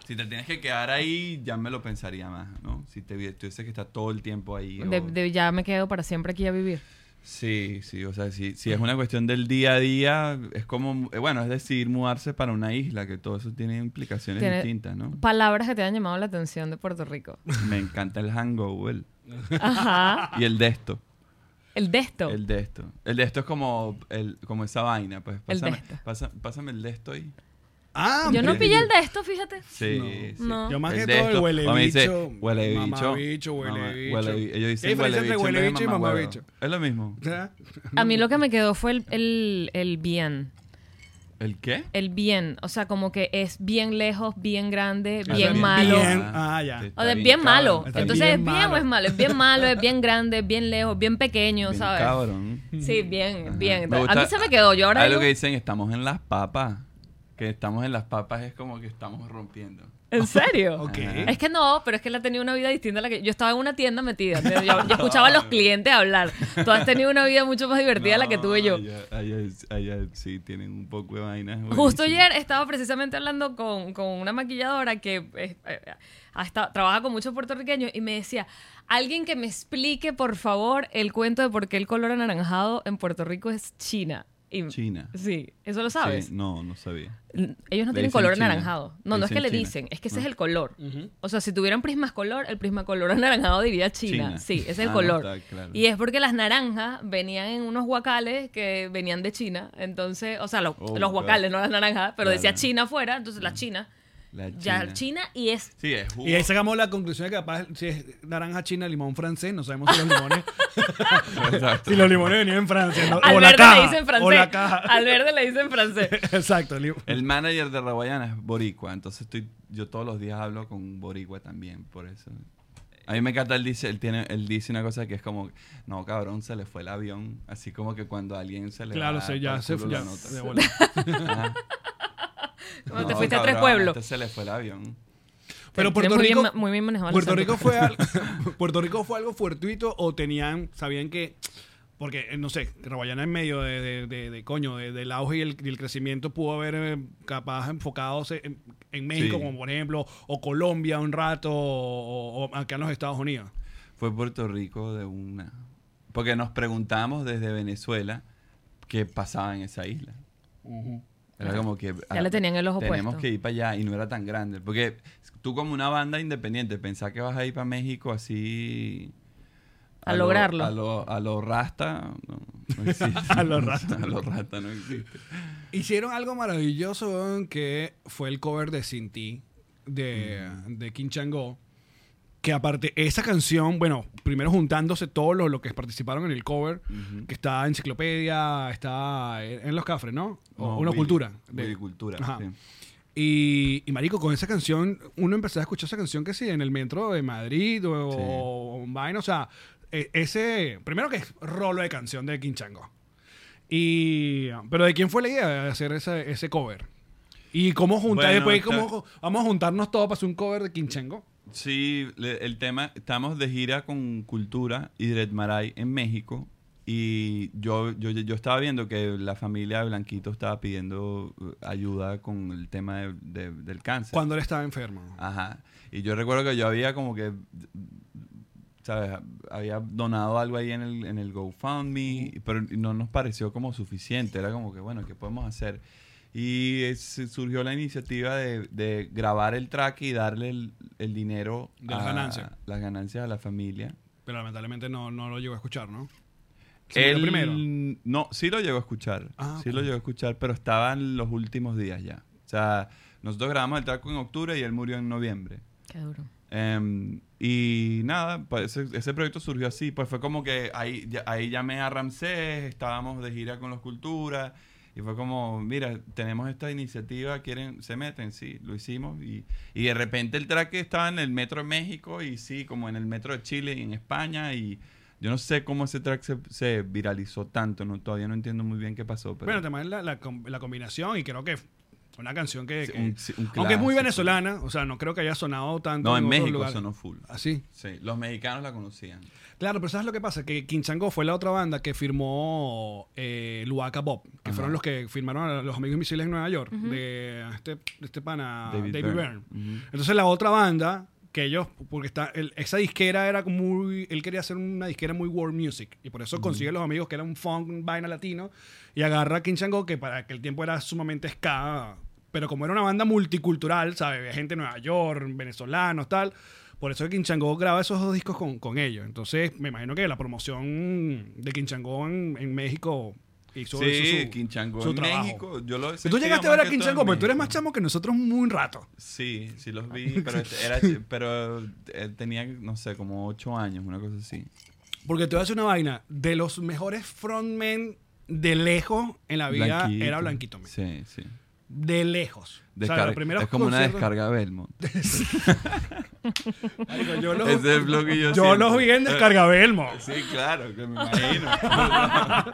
Speaker 5: Si te tienes que quedar ahí, ya me lo pensaría más, ¿no? Si te vi- tuviese que estar todo el tiempo ahí. o-
Speaker 4: de- de ya me quedo para siempre aquí a vivir.
Speaker 5: Sí, sí, o sea, si, si es una cuestión del día a día, es como, eh, bueno, es decidir mudarse para una isla, que todo eso tiene implicaciones
Speaker 4: Tiene-
Speaker 5: distintas, ¿no?
Speaker 4: Palabras que te han llamado la atención de Puerto Rico.
Speaker 5: Me encanta el hangover <laughs>
Speaker 4: Ajá.
Speaker 5: y el de esto.
Speaker 4: El de esto.
Speaker 5: El de esto. El de esto es como, el, como esa vaina, pues.
Speaker 4: El de
Speaker 5: Pásame,
Speaker 4: esto.
Speaker 5: pasa- pásame el de esto ahí.
Speaker 3: <laughs> Ah,
Speaker 4: Yo no
Speaker 3: mira.
Speaker 4: pillé el de esto, fíjate.
Speaker 5: Sí,
Speaker 3: No.
Speaker 5: sí.
Speaker 4: No.
Speaker 3: Yo más
Speaker 5: El
Speaker 3: que
Speaker 5: de
Speaker 3: todo el
Speaker 5: esto.
Speaker 3: huele
Speaker 5: O me dice,
Speaker 3: bicho.
Speaker 5: huele bicho.
Speaker 3: mamabicho, huele
Speaker 5: mamá-
Speaker 3: bicho.
Speaker 5: bi- Ellos
Speaker 3: Hay
Speaker 5: dicen
Speaker 3: diferencia
Speaker 5: huele
Speaker 3: entre
Speaker 5: bicho, en
Speaker 3: huele
Speaker 5: vez de
Speaker 3: bicho y
Speaker 5: mamahuevo.
Speaker 3: mamabicho.
Speaker 5: Es lo mismo.
Speaker 3: O sea,
Speaker 4: A mí lo que me quedó
Speaker 5: <laughs>
Speaker 4: fue el, el, el bien.
Speaker 5: ¿El qué? Ah,
Speaker 4: El bien. O sea, como que es bien lejos, bien grande,
Speaker 5: Ah,
Speaker 4: bien
Speaker 5: bien
Speaker 4: malo.
Speaker 3: bien. Ah, ya.
Speaker 5: Está
Speaker 4: O de bien malo.
Speaker 5: cabrón.
Speaker 3: Está
Speaker 4: Entonces
Speaker 3: bien
Speaker 4: es bien
Speaker 3: malo.
Speaker 4: o es malo. Es bien malo, es bien grande, es bien lejos, bien pequeño,
Speaker 5: Bien
Speaker 4: ¿sabes?
Speaker 5: cabrón.
Speaker 4: Sí, bien,
Speaker 5: Ajá.
Speaker 4: bien.
Speaker 5: Me gusta-
Speaker 4: a mí se me quedó. Yo ahora
Speaker 5: Hay lo
Speaker 4: digo,
Speaker 5: que dicen, estamos en las papas. que estamos en las papas es como que estamos rompiendo.
Speaker 4: ¿En serio?
Speaker 3: Ok.
Speaker 4: Es que no, pero es que él ha tenido una vida distinta a la que yo estaba en una tienda metida. Yo, yo
Speaker 5: <laughs>
Speaker 4: escuchaba a los clientes hablar. Tú has tenido una vida mucho más divertida a la que
Speaker 5: No,
Speaker 4: tuve yo.
Speaker 5: Allá, allá- allá sí tienen un poco de vainas.
Speaker 4: Justo
Speaker 5: buenísimas.
Speaker 4: ayer estaba precisamente hablando con, con una maquilladora que eh, eh, hasta, trabaja con muchos puertorriqueños y me decía, alguien que me explique por favor el cuento de por qué el color anaranjado en Puerto Rico es China. Y-
Speaker 5: China.
Speaker 4: Sí, eso lo sabes.
Speaker 5: Sí, no, no sabía.
Speaker 4: N- Ellos no tienen
Speaker 5: Le dicen
Speaker 4: color
Speaker 5: China.
Speaker 4: anaranjado. No,
Speaker 5: Le
Speaker 4: no es que
Speaker 5: dicen
Speaker 4: le
Speaker 5: China.
Speaker 4: dicen, es que ese
Speaker 5: Ah.
Speaker 4: es el color. O sea, si tuvieran prismacolor, el prismacolor <laughs> anaranjado diría China.
Speaker 5: China.
Speaker 4: Sí, ese es el
Speaker 5: Ah, no,
Speaker 4: color.
Speaker 5: está claro.
Speaker 4: Y es porque las naranjas venían en unos guacales que venían de China. Entonces, o sea, los,
Speaker 5: Oh,
Speaker 4: los
Speaker 5: claro.
Speaker 4: guacales, no las naranjas, pero decía
Speaker 5: Claro.
Speaker 4: China afuera, entonces la China.
Speaker 5: La
Speaker 4: Ya China y es
Speaker 5: Sí, es jugo.
Speaker 3: Y ahí sacamos la conclusión de que capaz si es naranja china, limón francés, no sabemos si los limones,
Speaker 5: <laughs> Exacto.
Speaker 3: si los limones venían en Francia. ¿no?
Speaker 4: al
Speaker 3: o la
Speaker 4: verde
Speaker 3: caja,
Speaker 4: le dicen
Speaker 3: O
Speaker 4: francés. <laughs>
Speaker 3: la caja.
Speaker 4: Al verde le dicen francés.
Speaker 3: <laughs> Exacto. li-
Speaker 5: El manager de Raguayana es boricua, entonces estoy, yo todos los días hablo con un boricua también, por eso. A mí me encanta, él dice, él, tiene, él dice una cosa que es como, no, cabrón, se le fue el avión, así como que cuando a alguien se le
Speaker 3: <laughs> Claro,
Speaker 5: va
Speaker 3: se, ya
Speaker 5: pa'l
Speaker 3: se
Speaker 5: Ah, culo
Speaker 3: ya,
Speaker 5: la nota.
Speaker 3: de
Speaker 4: <laughs>
Speaker 3: bola.
Speaker 5: Ajá.
Speaker 4: Cuando te
Speaker 5: No,
Speaker 4: fuiste a
Speaker 5: cabrón,
Speaker 4: tres pueblos.
Speaker 5: este se le fue el avión.
Speaker 3: Pero
Speaker 4: Tenemos
Speaker 3: Puerto
Speaker 4: muy bien
Speaker 3: Rico,
Speaker 4: ma- muy bien manejado el
Speaker 3: Puerto
Speaker 4: acento.
Speaker 3: Rico fue al-
Speaker 4: <laughs>
Speaker 3: <laughs> Puerto Rico fue algo fortuito o tenían, sabían que porque eh, no sé, Raguayana en medio de, de- de- de coño de- del auge y el, y el crecimiento pudo haber eh, capaz enfocado en, en México
Speaker 5: Sí.
Speaker 3: como por ejemplo o Colombia un rato o, o acá en los Estados Unidos.
Speaker 5: Fue Puerto Rico de una. Porque nos preguntamos desde Venezuela qué pasaba en esa isla. Era como que. ah,
Speaker 4: Ya le tenían el ojo
Speaker 5: Tenemos
Speaker 4: puesto.
Speaker 5: que ir para allá y no era tan grande. Porque tú, como una banda independiente, pensás que vas a ir para México así.
Speaker 4: A lograrlo.
Speaker 5: a, lo, a lo rasta. No,
Speaker 3: <laughs>
Speaker 5: no existe.
Speaker 3: A lo rasta.
Speaker 5: <laughs> a lo rasta no existe.
Speaker 3: Hicieron algo maravilloso weón, que fue el cover de Sin Ti de,
Speaker 5: Mm.
Speaker 3: de Kim Chango. Que aparte, esa canción, bueno, primero juntándose todos los, los que participaron en el cover, que está Enciclopedia, está eh, en, en Los Cafres, ¿no? O
Speaker 5: No,
Speaker 3: una
Speaker 5: Willy-
Speaker 3: cultura.
Speaker 5: Willy Cultura,
Speaker 3: Ajá.
Speaker 5: sí.
Speaker 3: Y, y, marico, con esa canción, uno empezó a escuchar esa canción que sí, en el metro de Madrid o,
Speaker 5: Sí.
Speaker 3: o un vaina, o sea, e- ese, primero que es rolo de canción de Quinchango. Y, pero ¿de quién fue la idea de hacer esa- ese cover? ¿Y cómo juntar,
Speaker 5: Bueno,
Speaker 3: después
Speaker 5: está-
Speaker 3: cómo, vamos a juntarnos todos para hacer un cover de Quinchango?
Speaker 5: Sí, le- el tema, estamos de gira con Cultura y Red Maray en México y yo, yo, yo estaba viendo que la familia de Blanquito estaba pidiendo eh, ayuda con el tema de- de- del cáncer.
Speaker 3: Cuando él estaba enfermo.
Speaker 5: Ajá. Y yo recuerdo que yo había como que, ¿sabes? Había donado algo ahí en el, en el GoFundMe, pero no nos pareció como suficiente. Era como que, bueno, ¿qué podemos hacer? Y es- surgió la iniciativa de, de grabar el track y darle el, el dinero
Speaker 3: De las ganancias.
Speaker 5: las ganancias a la familia.
Speaker 3: Pero lamentablemente no, no lo llegó a escuchar, ¿no? Se murió
Speaker 5: El
Speaker 3: primero.
Speaker 5: No, sí lo llegó a escuchar.
Speaker 3: Ah,
Speaker 5: sí lo llegó a escuchar, pero estaban los últimos días ya. O sea, nosotros grabamos el track en octubre y él murió en noviembre.
Speaker 4: Qué duro.
Speaker 5: Em, y nada, pues, ese, ese proyecto surgió así. Pues fue como que ahí, ya- ahí llamé a Ramsés, estábamos de gira con los Culturas. Y fue como, mira, tenemos esta iniciativa, quieren, se meten, sí, lo hicimos. Y, y de repente el track estaba en el Metro de México y sí, como en el Metro de Chile y en España. Y yo no sé cómo ese track se, se viralizó tanto, no, todavía no entiendo muy bien qué pasó. Pero
Speaker 3: Bueno, también la, la, com- la combinación y creo que fue una canción que...
Speaker 5: Sí,
Speaker 3: que-
Speaker 5: un- sí, un
Speaker 3: aunque es muy
Speaker 5: clásico.
Speaker 3: venezolana, o sea, no creo que haya sonado tanto.
Speaker 5: No, en
Speaker 3: otros
Speaker 5: México
Speaker 3: lugares.
Speaker 5: sonó full.
Speaker 3: Así.
Speaker 5: Sí, los mexicanos la conocían.
Speaker 3: Claro, pero ¿sabes lo que pasa? Que Quinchango fue la otra banda que firmó eh, Luaca Bob, que
Speaker 5: Ajá.
Speaker 3: fueron los que firmaron a los Amigos Misiles en Nueva York, de este, de este pana David,
Speaker 5: David
Speaker 3: Byrne.
Speaker 5: Byrne.
Speaker 3: Entonces la otra banda, que ellos, porque está, el- esa disquera era como muy, él quería hacer una disquera muy world music, y por eso consigue a los amigos que era un funk, un vaina latino, y agarra a Quinchango, que para aquel tiempo era sumamente ska, pero como era una banda multicultural, ¿sabes? Había gente de Nueva York, venezolanos, tal. Por eso que Quinchango graba esos dos discos con, con ellos. Entonces, me imagino que la promoción de Quinchango en, en México hizo hizo
Speaker 5: Sí,
Speaker 3: su,
Speaker 5: Quinchango
Speaker 3: su
Speaker 5: en
Speaker 3: trabajo.
Speaker 5: México. Yo lo he
Speaker 3: Tú
Speaker 5: sentido
Speaker 3: llegaste a
Speaker 5: más
Speaker 3: ver a
Speaker 5: que todo en
Speaker 3: Quinchango, pero tú eres más
Speaker 5: México.
Speaker 3: chamo que nosotros un rato.
Speaker 5: Sí, sí los
Speaker 3: <laughs>
Speaker 5: vi, pero, este- era, ch- pero eh, tenía, no sé, como ocho años, una cosa así.
Speaker 3: Porque te voy a decir una vaina. De los mejores frontmen de lejos en la vida era Blanquito. men.
Speaker 5: Sí, sí.
Speaker 3: De lejos.
Speaker 5: Descarga-
Speaker 3: los primeros
Speaker 5: es como una
Speaker 3: conciertos-
Speaker 5: descarga Belmont.
Speaker 3: Marico, yo <laughs> los,
Speaker 5: Ese es el blog que yo
Speaker 3: yo
Speaker 5: siento.
Speaker 3: los vi en descarga Belmo.
Speaker 5: Sí, claro, que me imagino.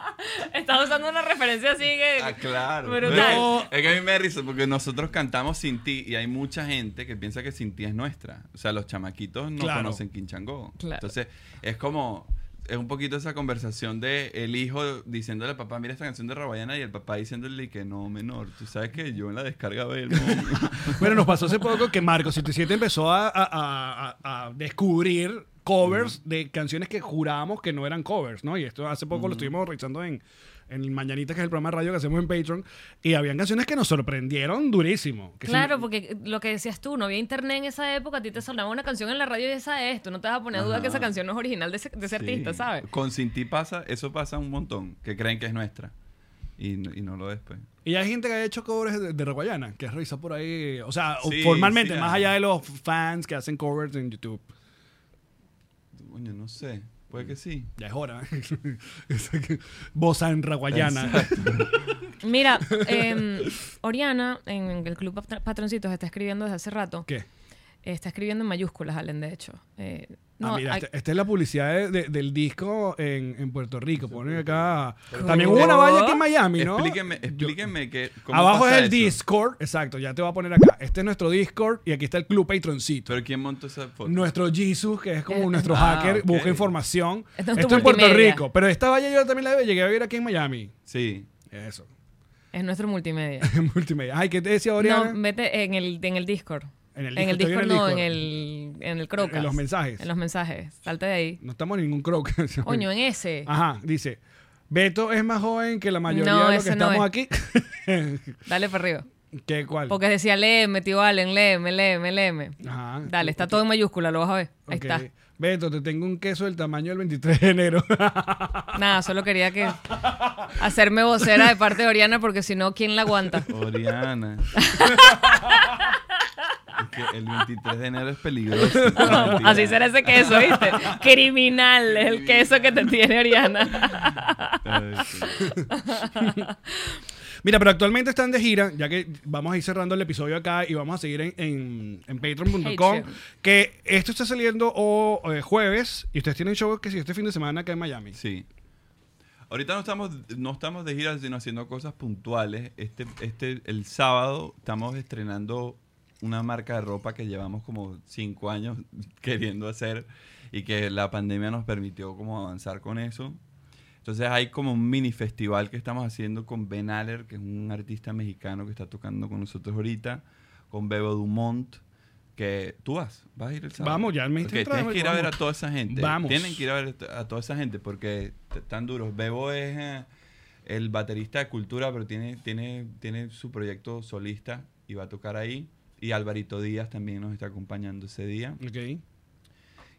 Speaker 3: <laughs>
Speaker 4: Estás usando una referencia así que. <laughs>
Speaker 5: Ah, claro.
Speaker 4: Brutal.
Speaker 5: No, es que a mí me da risa porque nosotros cantamos Sin Ti y hay mucha gente que piensa que Sin Ti es nuestra. O sea, los chamaquitos no
Speaker 3: Claro.
Speaker 5: conocen Quinchangó.
Speaker 4: Claro.
Speaker 5: Entonces, es como... Es un poquito esa conversación de el hijo diciéndole al papá, mira esta canción de Rabayana, y el papá diciéndole que no, menor, tú sabes que yo en la descarga Belmo.
Speaker 3: Bueno, nos pasó hace poco que Marco 77 empezó a, a- a- a- a descubrir covers de canciones que jurábamos que no eran covers, ¿no? Y esto hace poco lo estuvimos revisando en, en Mañanita, que es el programa de radio que hacemos en Patreon, y habían canciones que nos sorprendieron durísimo. Que si-
Speaker 4: Claro, porque eh, lo que decías tú, no había internet en esa época, a ti te sonaba una canción en la radio y esa es, tú no te vas a poner a duda
Speaker 5: Ajá.
Speaker 4: que esa canción no <laughs> es original de ese, de ese
Speaker 5: Sí.
Speaker 4: artista, ¿sabes?
Speaker 5: Con Sin Ti pasa, eso pasa un montón, que creen que es nuestra. Y, no- y no lo es, pues.
Speaker 3: Y hay gente que ha hecho covers de, de Raguayana, que has revisado por ahí, o sea, o-
Speaker 5: Sí,
Speaker 3: formalmente,
Speaker 5: sí,
Speaker 3: más
Speaker 5: ajá.
Speaker 3: allá de los fans que hacen covers en YouTube.
Speaker 5: Coño, no sé. Puede que sí.
Speaker 3: Ya es hora. ¿eh? <laughs> Bosa en Raguayana.
Speaker 4: Mira, em, <laughs> Oriana, en el Club Pat- Patroncitos, está escribiendo desde hace rato.
Speaker 3: <laughs> ¿Qué?
Speaker 4: Está escribiendo en mayúsculas, Allen, de hecho. Eh, no,
Speaker 3: ah, mira,
Speaker 4: hay-
Speaker 3: esta, esta es la publicidad de- de- del disco en, en Puerto Rico. Ponen acá. También hubo una valla aquí en Miami, ¿no?
Speaker 5: Explíquenme, explíquenme que. ¿cómo
Speaker 3: Abajo es
Speaker 5: pasa
Speaker 3: el
Speaker 5: eso?
Speaker 3: Discord. Exacto, ya te voy a poner acá. Este es nuestro Discord y aquí está el Club Patroncito.
Speaker 5: Pero ¿quién montó esa foto?
Speaker 3: Nuestro Jesus, que es como
Speaker 4: Eh,
Speaker 3: nuestro
Speaker 5: ah,
Speaker 3: hacker,
Speaker 5: ok.
Speaker 3: busca información.
Speaker 4: Esto
Speaker 3: Esto
Speaker 4: es tu
Speaker 3: en Puerto
Speaker 4: multimedia.
Speaker 3: Rico. Pero esta valla yo también la llegué a ver aquí en Miami.
Speaker 5: Sí.
Speaker 3: Eso. <laughs>
Speaker 4: es nuestro multimedia.
Speaker 3: En multimedia. Ay, ¿qué te decía <laughs> Oriana?
Speaker 4: No, vete en el, en el Discord.
Speaker 3: En el Discord,
Speaker 4: Discord,
Speaker 3: estoy en el
Speaker 4: no, en
Speaker 3: Discord.
Speaker 4: el, en el Crocas.
Speaker 3: En los mensajes.
Speaker 4: En los mensajes. Salte de ahí.
Speaker 3: No estamos en ningún croc. <laughs>
Speaker 4: Coño, eh. en ese.
Speaker 3: Ajá, dice. Beto es más joven que la mayoría
Speaker 4: No,
Speaker 3: de los que
Speaker 4: ese no
Speaker 3: estamos
Speaker 4: es.
Speaker 3: aquí.
Speaker 4: Dale para arriba.
Speaker 3: <laughs> ¿Qué cuál?
Speaker 4: Porque decía, léeme, tío Allen, léeme, léeme, léeme.
Speaker 3: Ajá.
Speaker 4: Dale, está todo en mayúscula, lo vas a ver. Ahí
Speaker 3: Ok.
Speaker 4: está.
Speaker 3: Beto, te tengo un queso del tamaño del 23 de enero.
Speaker 4: Nada, solo quería que hacerme vocera de parte de Oriana porque si no, ¿quién la aguanta? <laughs>
Speaker 5: Oriana. Es que el 23 de enero es peligroso.
Speaker 4: <laughs>
Speaker 5: No, mentira.
Speaker 4: Así será ese queso, ¿viste? Criminal es el queso que te tiene Oriana.
Speaker 5: Ay, sí.
Speaker 3: Mira, pero actualmente están de gira, ya que vamos a ir cerrando el episodio acá y vamos a seguir en, en- en patreon.com.
Speaker 4: Patreon.
Speaker 3: Que esto está saliendo o, eh, jueves y ustedes tienen show que si este fin de semana acá en Miami.
Speaker 5: Sí. Ahorita no estamos, no estamos de gira, sino haciendo cosas puntuales. Este, este, el sábado estamos estrenando una marca de ropa que llevamos como cinco años <laughs> queriendo hacer y que la pandemia nos permitió como avanzar con eso. Entonces hay como un mini festival que estamos haciendo con Ben Aller, que es un artista mexicano que está tocando con nosotros ahorita, con Bebo Dumont, que tú vas, vas a ir el sábado.
Speaker 3: Vamos, ya me
Speaker 5: Ok,
Speaker 3: diste entrada,
Speaker 5: Tienes que ir a ver a
Speaker 3: vamos.
Speaker 5: toda esa gente.
Speaker 3: Vamos.
Speaker 5: Tienen que ir a ver a a toda esa gente porque t- están duros. Bebo es eh, el baterista de cultura, pero tiene, tiene, tiene su proyecto solista y va a tocar ahí. Y Alvarito Díaz también nos está acompañando ese día.
Speaker 3: Ok.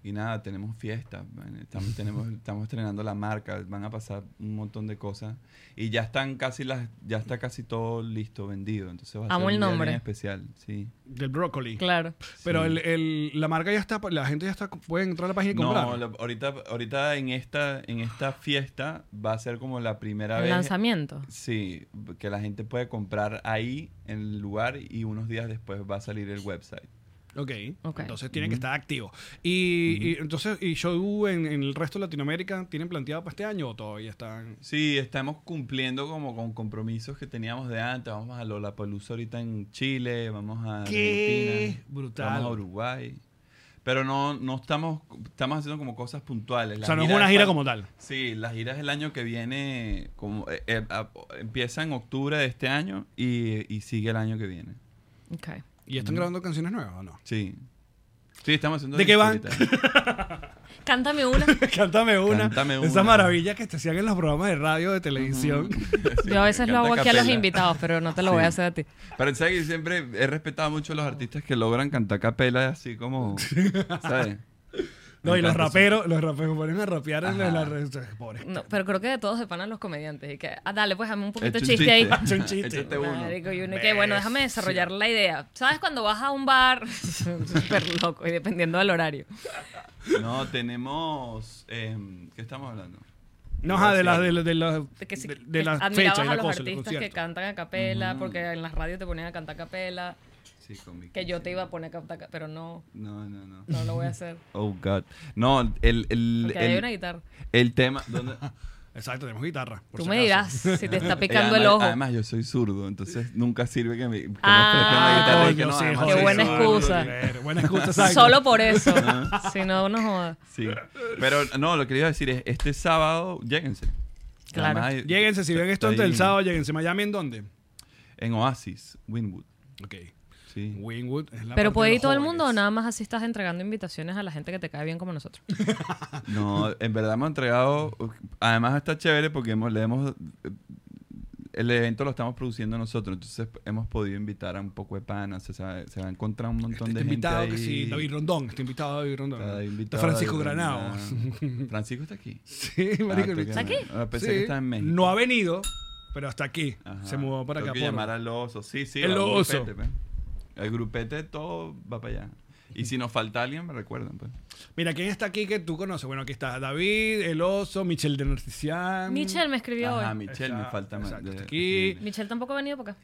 Speaker 5: Y nada, tenemos fiesta. man.
Speaker 3: <laughs>
Speaker 5: Estamos, tenemos, estamos estrenando la marca. Van a pasar un montón de cosas. Y ya están casi las, ya está casi todo listo, vendido. Entonces va a
Speaker 4: Amo el
Speaker 5: ser un día bien
Speaker 4: nombre.
Speaker 5: especial. Sí.
Speaker 3: Del brócoli.
Speaker 4: Claro.
Speaker 3: Pero
Speaker 5: Sí.
Speaker 3: el, el- la marca ya está, la gente ya está, pueden entrar a la página y comprar.
Speaker 5: No, lo- ahorita, ahorita en esta, en esta fiesta va a ser como la primera
Speaker 4: El
Speaker 5: vez.
Speaker 4: lanzamiento.
Speaker 5: Sí, que la gente puede comprar ahí en el lugar y unos días después va a salir el website.
Speaker 3: Ok.
Speaker 4: Ok.
Speaker 3: Entonces tienen que estar activos. Y, y entonces, ¿y show en, en el resto de Latinoamérica tienen planteado para este año o todavía están?
Speaker 5: Sí, estamos cumpliendo como con compromisos que teníamos de antes. Vamos a Lollapalooza ahorita en Chile, vamos a
Speaker 3: ¡Qué
Speaker 5: Argentina,
Speaker 3: brutal!
Speaker 5: vamos a Uruguay. Pero no, no estamos, estamos haciendo como cosas puntuales.
Speaker 3: O
Speaker 5: Las
Speaker 3: sea, no es
Speaker 5: giras
Speaker 3: una gira
Speaker 5: están-
Speaker 3: como tal.
Speaker 5: Sí, las giras del año que viene como, eh, eh, a- empieza en octubre de este año y, y sigue el año que viene.
Speaker 4: Ok.
Speaker 3: ¿Y están grabando canciones nuevas o no?
Speaker 5: Sí. Sí, estamos haciendo...
Speaker 3: ¿De qué van?
Speaker 5: ahorita.
Speaker 4: <laughs> Cántame una.
Speaker 3: <laughs> Cántame una.
Speaker 5: Cántame
Speaker 3: Esa
Speaker 5: una.
Speaker 3: maravilla que te hacían en los programas de radio, de televisión. <laughs>
Speaker 4: Yo a veces lo
Speaker 5: Canta
Speaker 4: hago aquí a los
Speaker 5: capela.
Speaker 4: invitados, pero no te lo voy a
Speaker 5: Sí.
Speaker 4: hacer a ti.
Speaker 5: Pero sabes que siempre he respetado mucho a los artistas que logran cantar capela así
Speaker 3: <laughs>
Speaker 5: como, ¿sabes?
Speaker 3: No, y los
Speaker 5: Entonces,
Speaker 3: raperos, los raperos ponen a rapear en
Speaker 5: Ajá.
Speaker 3: la red. Pobre.
Speaker 4: No, pero creo que de todos se panan los comediantes. Y que, ah, dale, pues, dame un poquito
Speaker 5: Echa
Speaker 4: de
Speaker 5: un
Speaker 4: chiste, ahí.
Speaker 3: Echa un chiste.
Speaker 5: Échate uno.
Speaker 4: Marico, y uno que, bueno, déjame desarrollar la idea. ¿Sabes cuando vas a un bar? <laughs> Súper loco, y dependiendo del horario.
Speaker 5: No, tenemos... em, ¿Qué estamos hablando?
Speaker 3: No,
Speaker 5: iba a
Speaker 3: ajá, de
Speaker 5: decir
Speaker 3: las
Speaker 5: algo.
Speaker 3: de, las- de las-
Speaker 4: Que sí,
Speaker 3: de-
Speaker 4: que
Speaker 3: de las
Speaker 4: admirabas
Speaker 3: fechas y
Speaker 4: a
Speaker 3: la
Speaker 4: los
Speaker 3: cosa, Mm. los
Speaker 4: artistas que
Speaker 3: conciertos.
Speaker 4: cantan a capela, porque en las radios te ponían a cantar a capela,
Speaker 5: Sí, con mi
Speaker 4: que yo te
Speaker 5: canción.
Speaker 4: iba a poner a cantar, a ca- pero no,
Speaker 5: No, no, no.
Speaker 4: no lo voy a hacer.
Speaker 5: Oh, God. No, el, el,
Speaker 4: Porque ahí hay una
Speaker 5: el,
Speaker 4: guitarra.
Speaker 5: el tema...
Speaker 4: <laughs>
Speaker 5: ¿dónde?
Speaker 3: Exacto, tenemos guitarra. por
Speaker 4: Tú
Speaker 3: si
Speaker 4: me
Speaker 3: acaso.
Speaker 4: dirás si te
Speaker 5: <laughs>
Speaker 4: está
Speaker 5: Eh,
Speaker 4: picando
Speaker 5: además-
Speaker 4: el ojo.
Speaker 5: Además, yo soy zurdo, entonces nunca sirve que me. que me
Speaker 4: Ah,
Speaker 5: ofrezcan la guitarra y que
Speaker 3: Coño,
Speaker 5: no,
Speaker 3: sí,
Speaker 5: además
Speaker 3: joder,
Speaker 5: soy
Speaker 4: buena
Speaker 3: no,
Speaker 5: zurdo.
Speaker 4: excusa.
Speaker 3: no, no, Buena excusa, exacto.
Speaker 4: Solo por
Speaker 5: <laughs>
Speaker 4: eso.
Speaker 5: Ah.
Speaker 4: si no, no jodas.
Speaker 5: Sí. Pero no, lo que iba a decir es: este sábado, lléguense.
Speaker 4: Claro.
Speaker 5: Además, hay-
Speaker 3: Lléguense, si ven esto antes
Speaker 5: está ahí
Speaker 3: del sábado, lléguense. ¿Miami en dónde?
Speaker 5: En Oasis, Winwood.
Speaker 3: Ok.
Speaker 5: Sí.
Speaker 3: Winwood es la parte de
Speaker 4: Pero puede
Speaker 3: los
Speaker 4: ir todo el
Speaker 3: jóvenes.
Speaker 4: mundo o nada más así estás entregando invitaciones a la gente que te cae bien como nosotros.
Speaker 5: No, en verdad hemos entregado. Además está chévere porque hemos, le hemos. El evento lo estamos produciendo nosotros, entonces hemos podido invitar a un poco de panas. Se, sabe- se va a encontrar un montón
Speaker 3: Está
Speaker 5: de gente.
Speaker 3: Este invitado que
Speaker 5: ahí.
Speaker 3: sí, David Rondón. Está invitado David Rondón.
Speaker 5: Está
Speaker 3: Está,
Speaker 5: invitado
Speaker 3: Francisco
Speaker 5: David
Speaker 3: Granado.
Speaker 5: Rondón. Francisco está aquí.
Speaker 3: <laughs> Sí,
Speaker 5: Ah,
Speaker 3: marico.
Speaker 5: tú que
Speaker 3: invitado.
Speaker 5: no- ah, pensé que
Speaker 3: Sí.
Speaker 5: estaba en México.
Speaker 3: No ha venido, pero hasta aquí.
Speaker 5: Ajá.
Speaker 3: Se mudó para
Speaker 5: Tengo
Speaker 3: acá.
Speaker 5: que
Speaker 3: por-
Speaker 5: llamar al oso. Sí, sí.
Speaker 3: El
Speaker 5: al
Speaker 3: oso.
Speaker 5: grupete, pues. El grupete todo va para allá. Y si nos falta alguien, me recuerdan. Pues.
Speaker 3: Mira, ¿quién está aquí que tú conoces? Bueno, aquí está David, El Oso, Michel de Narcisian.
Speaker 4: Michelle me escribió
Speaker 5: Ajá,
Speaker 4: hoy.
Speaker 5: Michelle, me
Speaker 3: Exacto,
Speaker 5: falta más.
Speaker 3: exacto,
Speaker 5: de-
Speaker 3: está aquí.
Speaker 5: sí.
Speaker 4: Michelle tampoco ha venido para acá.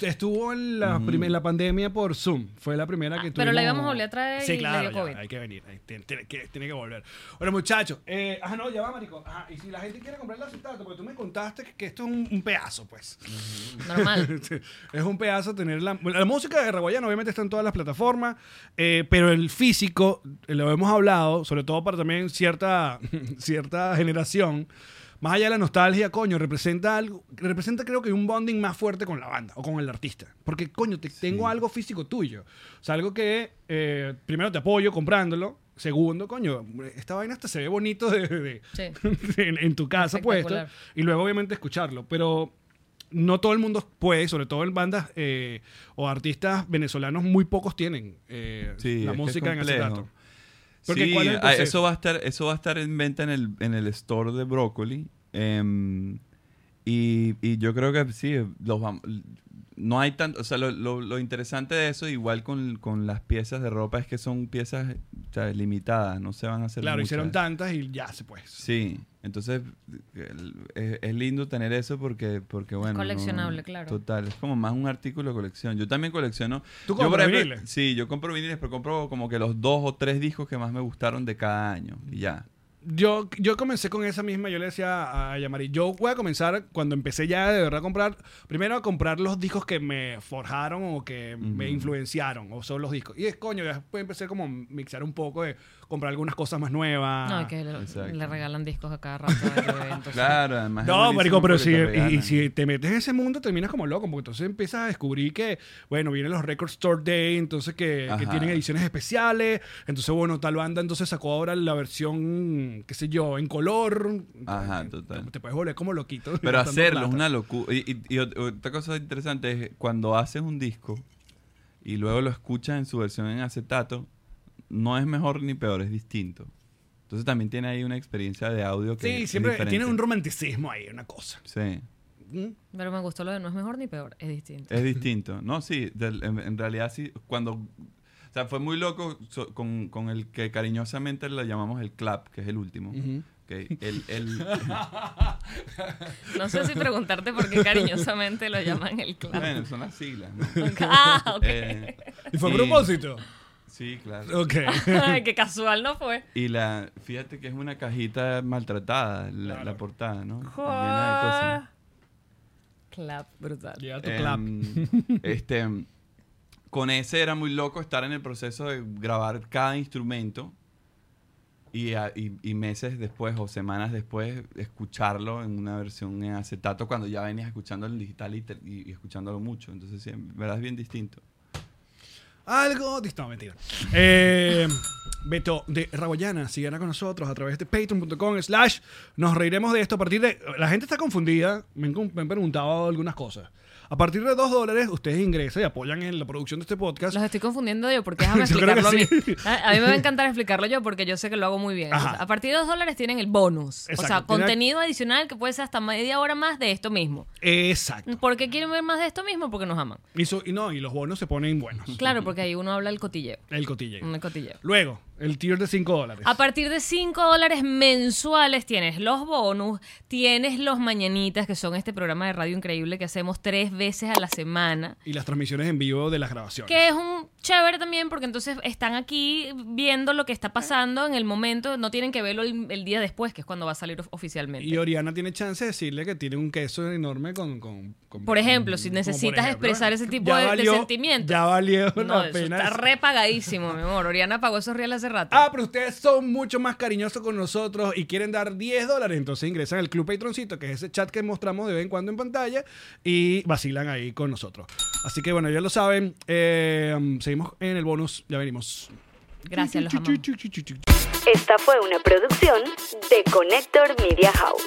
Speaker 3: Estuvo en la, prim- en la pandemia por Zoom. Fue la primera que
Speaker 4: Ah,
Speaker 3: tuvimos.
Speaker 4: pero la íbamos a volver a traer y
Speaker 3: Sí,
Speaker 4: le dio
Speaker 3: claro. ya,
Speaker 4: COVID.
Speaker 3: hay que venir. hay- tiene, tiene que, tiene que volver. Bueno, muchachos. Eh, ah, no, ya va, marico. Ajá, y si la gente quiere comprar el acetato, porque tú me contaste que, que esto es un, un pedazo, pues.
Speaker 4: Normal.
Speaker 3: <laughs> es un pedazo tener la, la música de Raguayana, obviamente está en todas las plataformas, eh, pero el físico, eh, lo hemos hablado, sobre todo para también cierta, <laughs> cierta generación, más allá de la nostalgia, coño, representa algo, representa creo que un bonding más fuerte con la banda o con el artista, porque coño, te, tengo algo físico tuyo, o sea, algo que eh, primero te apoyo comprándolo. Segundo, coño, esta vaina hasta se ve bonito de- de-
Speaker 4: Sí.
Speaker 3: <laughs> en, en tu casa puesto.
Speaker 4: Espectacular.
Speaker 3: Y luego, obviamente, escucharlo. Pero no todo el mundo puede, sobre todo en bandas eh, o artistas venezolanos, muy pocos tienen eh,
Speaker 5: Sí, es
Speaker 3: la
Speaker 5: que es
Speaker 3: música en
Speaker 5: complejo.
Speaker 3: acetato. Porque
Speaker 5: Sí,
Speaker 3: ¿cuál es el
Speaker 5: ah,
Speaker 3: proceso?
Speaker 5: eso va a estar, eso va a estar en venta en el, en el store de Broccoli. em, y, y yo creo que sí, los vam- no hay tanto, o sea, lo, lo- lo interesante de eso, igual con, con las piezas de ropa, es que son piezas o sea, limitadas, no se van a hacer
Speaker 3: Claro,
Speaker 5: muchas.
Speaker 3: hicieron tantas y ya se puede.
Speaker 5: Sí, entonces el- es, es lindo tener eso porque, porque bueno. no-
Speaker 4: coleccionable, claro.
Speaker 5: Total, es como más un artículo de colección. Yo también colecciono.
Speaker 3: ¿Tú
Speaker 5: yo,
Speaker 3: compras
Speaker 5: por ejemplo,
Speaker 3: viniles?
Speaker 5: Sí, yo compro viniles, pero compro como que los dos o tres discos que más me gustaron de cada año y ya.
Speaker 3: Yo, yo comencé con esa misma, yo le decía a Yamari, yo voy a comenzar cuando empecé ya de verdad a comprar, primero a comprar los discos que me forjaron o que me
Speaker 5: Ujú.
Speaker 3: influenciaron, o son los discos. Y es coño, ya después empecé como a mixar un poco de comprar algunas cosas más nuevas.
Speaker 4: No, es que le,
Speaker 5: exacto.
Speaker 4: le regalan discos a cada rato de eventos.
Speaker 5: Claro, además. es
Speaker 3: Pues
Speaker 5: buenísimo
Speaker 3: No, marico, pero
Speaker 5: porque
Speaker 3: si, e-
Speaker 5: te
Speaker 3: y,
Speaker 5: regalan.
Speaker 3: y si te metes en ese mundo terminas como loco, porque entonces empiezas a descubrir que, bueno, vienen los Record Store Day, entonces que, que
Speaker 5: Ajá.
Speaker 3: tienen ediciones especiales, entonces, bueno, tal banda entonces sacó ahora la versión, qué sé yo, en color.
Speaker 5: Ajá,
Speaker 3: Te-
Speaker 5: total.
Speaker 3: Te puedes volver como loquito.
Speaker 5: Pero
Speaker 3: gastando
Speaker 5: hacerlo es
Speaker 3: plata.
Speaker 5: una locura. Y, y- y ot- otra cosa interesante es cuando haces un disco y luego lo escuchas en su versión en acetato, no es mejor ni peor, es distinto. Entonces también tiene ahí una experiencia de audio que
Speaker 3: Sí,
Speaker 5: es
Speaker 3: siempre
Speaker 5: diferente.
Speaker 3: tiene un romanticismo ahí, una cosa.
Speaker 5: Sí,
Speaker 3: ¿Mm?
Speaker 4: Pero me gustó lo de no es mejor ni peor, es
Speaker 3: Eh.
Speaker 4: distinto.
Speaker 5: es distinto. No, sí, del- en, en realidad sí, cuando... O sea, fue muy loco so- con, con el que cariñosamente le llamamos el clap, que es el último. que el,
Speaker 3: <laughs>
Speaker 5: el,
Speaker 4: No sé si preguntarte por
Speaker 3: <laughs>
Speaker 4: qué cariñosamente lo llaman el clap.
Speaker 5: bueno, son las siglas. ¿no?
Speaker 4: ah, ok.
Speaker 5: Eh,
Speaker 3: Y fue a propósito.
Speaker 5: Sí, claro. <laughs>
Speaker 3: Ok.
Speaker 4: Ay, qué casual no fue.
Speaker 5: Y la, fíjate que es una cajita maltratada, la, la portada, ¿no?
Speaker 4: Joder. Clap, brutal.
Speaker 3: Llega tu
Speaker 5: Llena
Speaker 3: clap.
Speaker 5: de cosas. Em, este, con ese era muy loco estar en el proceso de grabar cada instrumento y, a- y- y meses después o semanas después escucharlo en una versión en acetato cuando ya venías escuchando el digital y, te- y- y escuchándolo mucho. Entonces, sí, en verdad es bien distinto.
Speaker 3: Algo distinto, mentira. Eh, Beto de Raguayana, sigan con nosotros a través de patreon.com slash. Nos reiremos de esto a partir de... La gente está confundida, me han, me han preguntado algunas cosas. A partir de 2 dólares, ustedes ingresan y apoyan en la producción de este podcast.
Speaker 4: Los estoy confundiendo yo porque déjame
Speaker 3: <laughs> Yo creo que
Speaker 4: explicarlo a mí. Ah,
Speaker 3: sí.
Speaker 4: A a mí me va a encantar explicarlo yo porque yo sé que lo hago muy bien.
Speaker 3: Ajá.
Speaker 4: Entonces, a partir de dos dólares tienen el bonus. O sea,
Speaker 3: Exacto. Tiene-
Speaker 4: contenido adicional que puede ser hasta media hora más de esto mismo.
Speaker 3: Exacto.
Speaker 4: ¿Por qué quieren ver más de esto mismo? Porque nos aman.
Speaker 3: Y, so- y no, y los bonos se ponen buenos. <laughs>
Speaker 4: Claro, porque ahí uno habla el cotilleo.
Speaker 3: El cotilleo.
Speaker 4: Un cotilleo.
Speaker 3: Luego, El tier de 5 dólares.
Speaker 4: A partir de 5 dólares mensuales tienes los bonus, tienes los mañanitas, que son este programa de radio increíble que hacemos tres veces a la semana.
Speaker 3: Y las transmisiones en vivo de las grabaciones.
Speaker 4: Que es un chévere también porque entonces están aquí viendo lo que está pasando en el momento, no tienen que verlo el, el día después, que es cuando va a salir of- oficialmente.
Speaker 3: Y Oriana tiene chance de decirle que tiene un queso enorme con... con- con-
Speaker 4: Por ejemplo, si
Speaker 3: con-
Speaker 4: necesitas expresar ese tipo de- de sentimientos.
Speaker 3: Ya valió
Speaker 4: No,
Speaker 3: la
Speaker 4: eso
Speaker 3: pena.
Speaker 4: está
Speaker 3: eso.
Speaker 4: repagadísimo, mi amor. Oriana pagó esos reales hace rato.
Speaker 3: Ah, pero ustedes son mucho más cariñosos con nosotros y quieren dar 10 dólares, entonces ingresan al Club Patroncito, que es ese chat que mostramos de vez en cuando en pantalla, y vacilan ahí con nosotros. Así que bueno, ya lo saben. eh, seguimos en el bonus, ya venimos.
Speaker 4: Gracias, los amamos.
Speaker 1: Esta fue una producción de Connector Media House.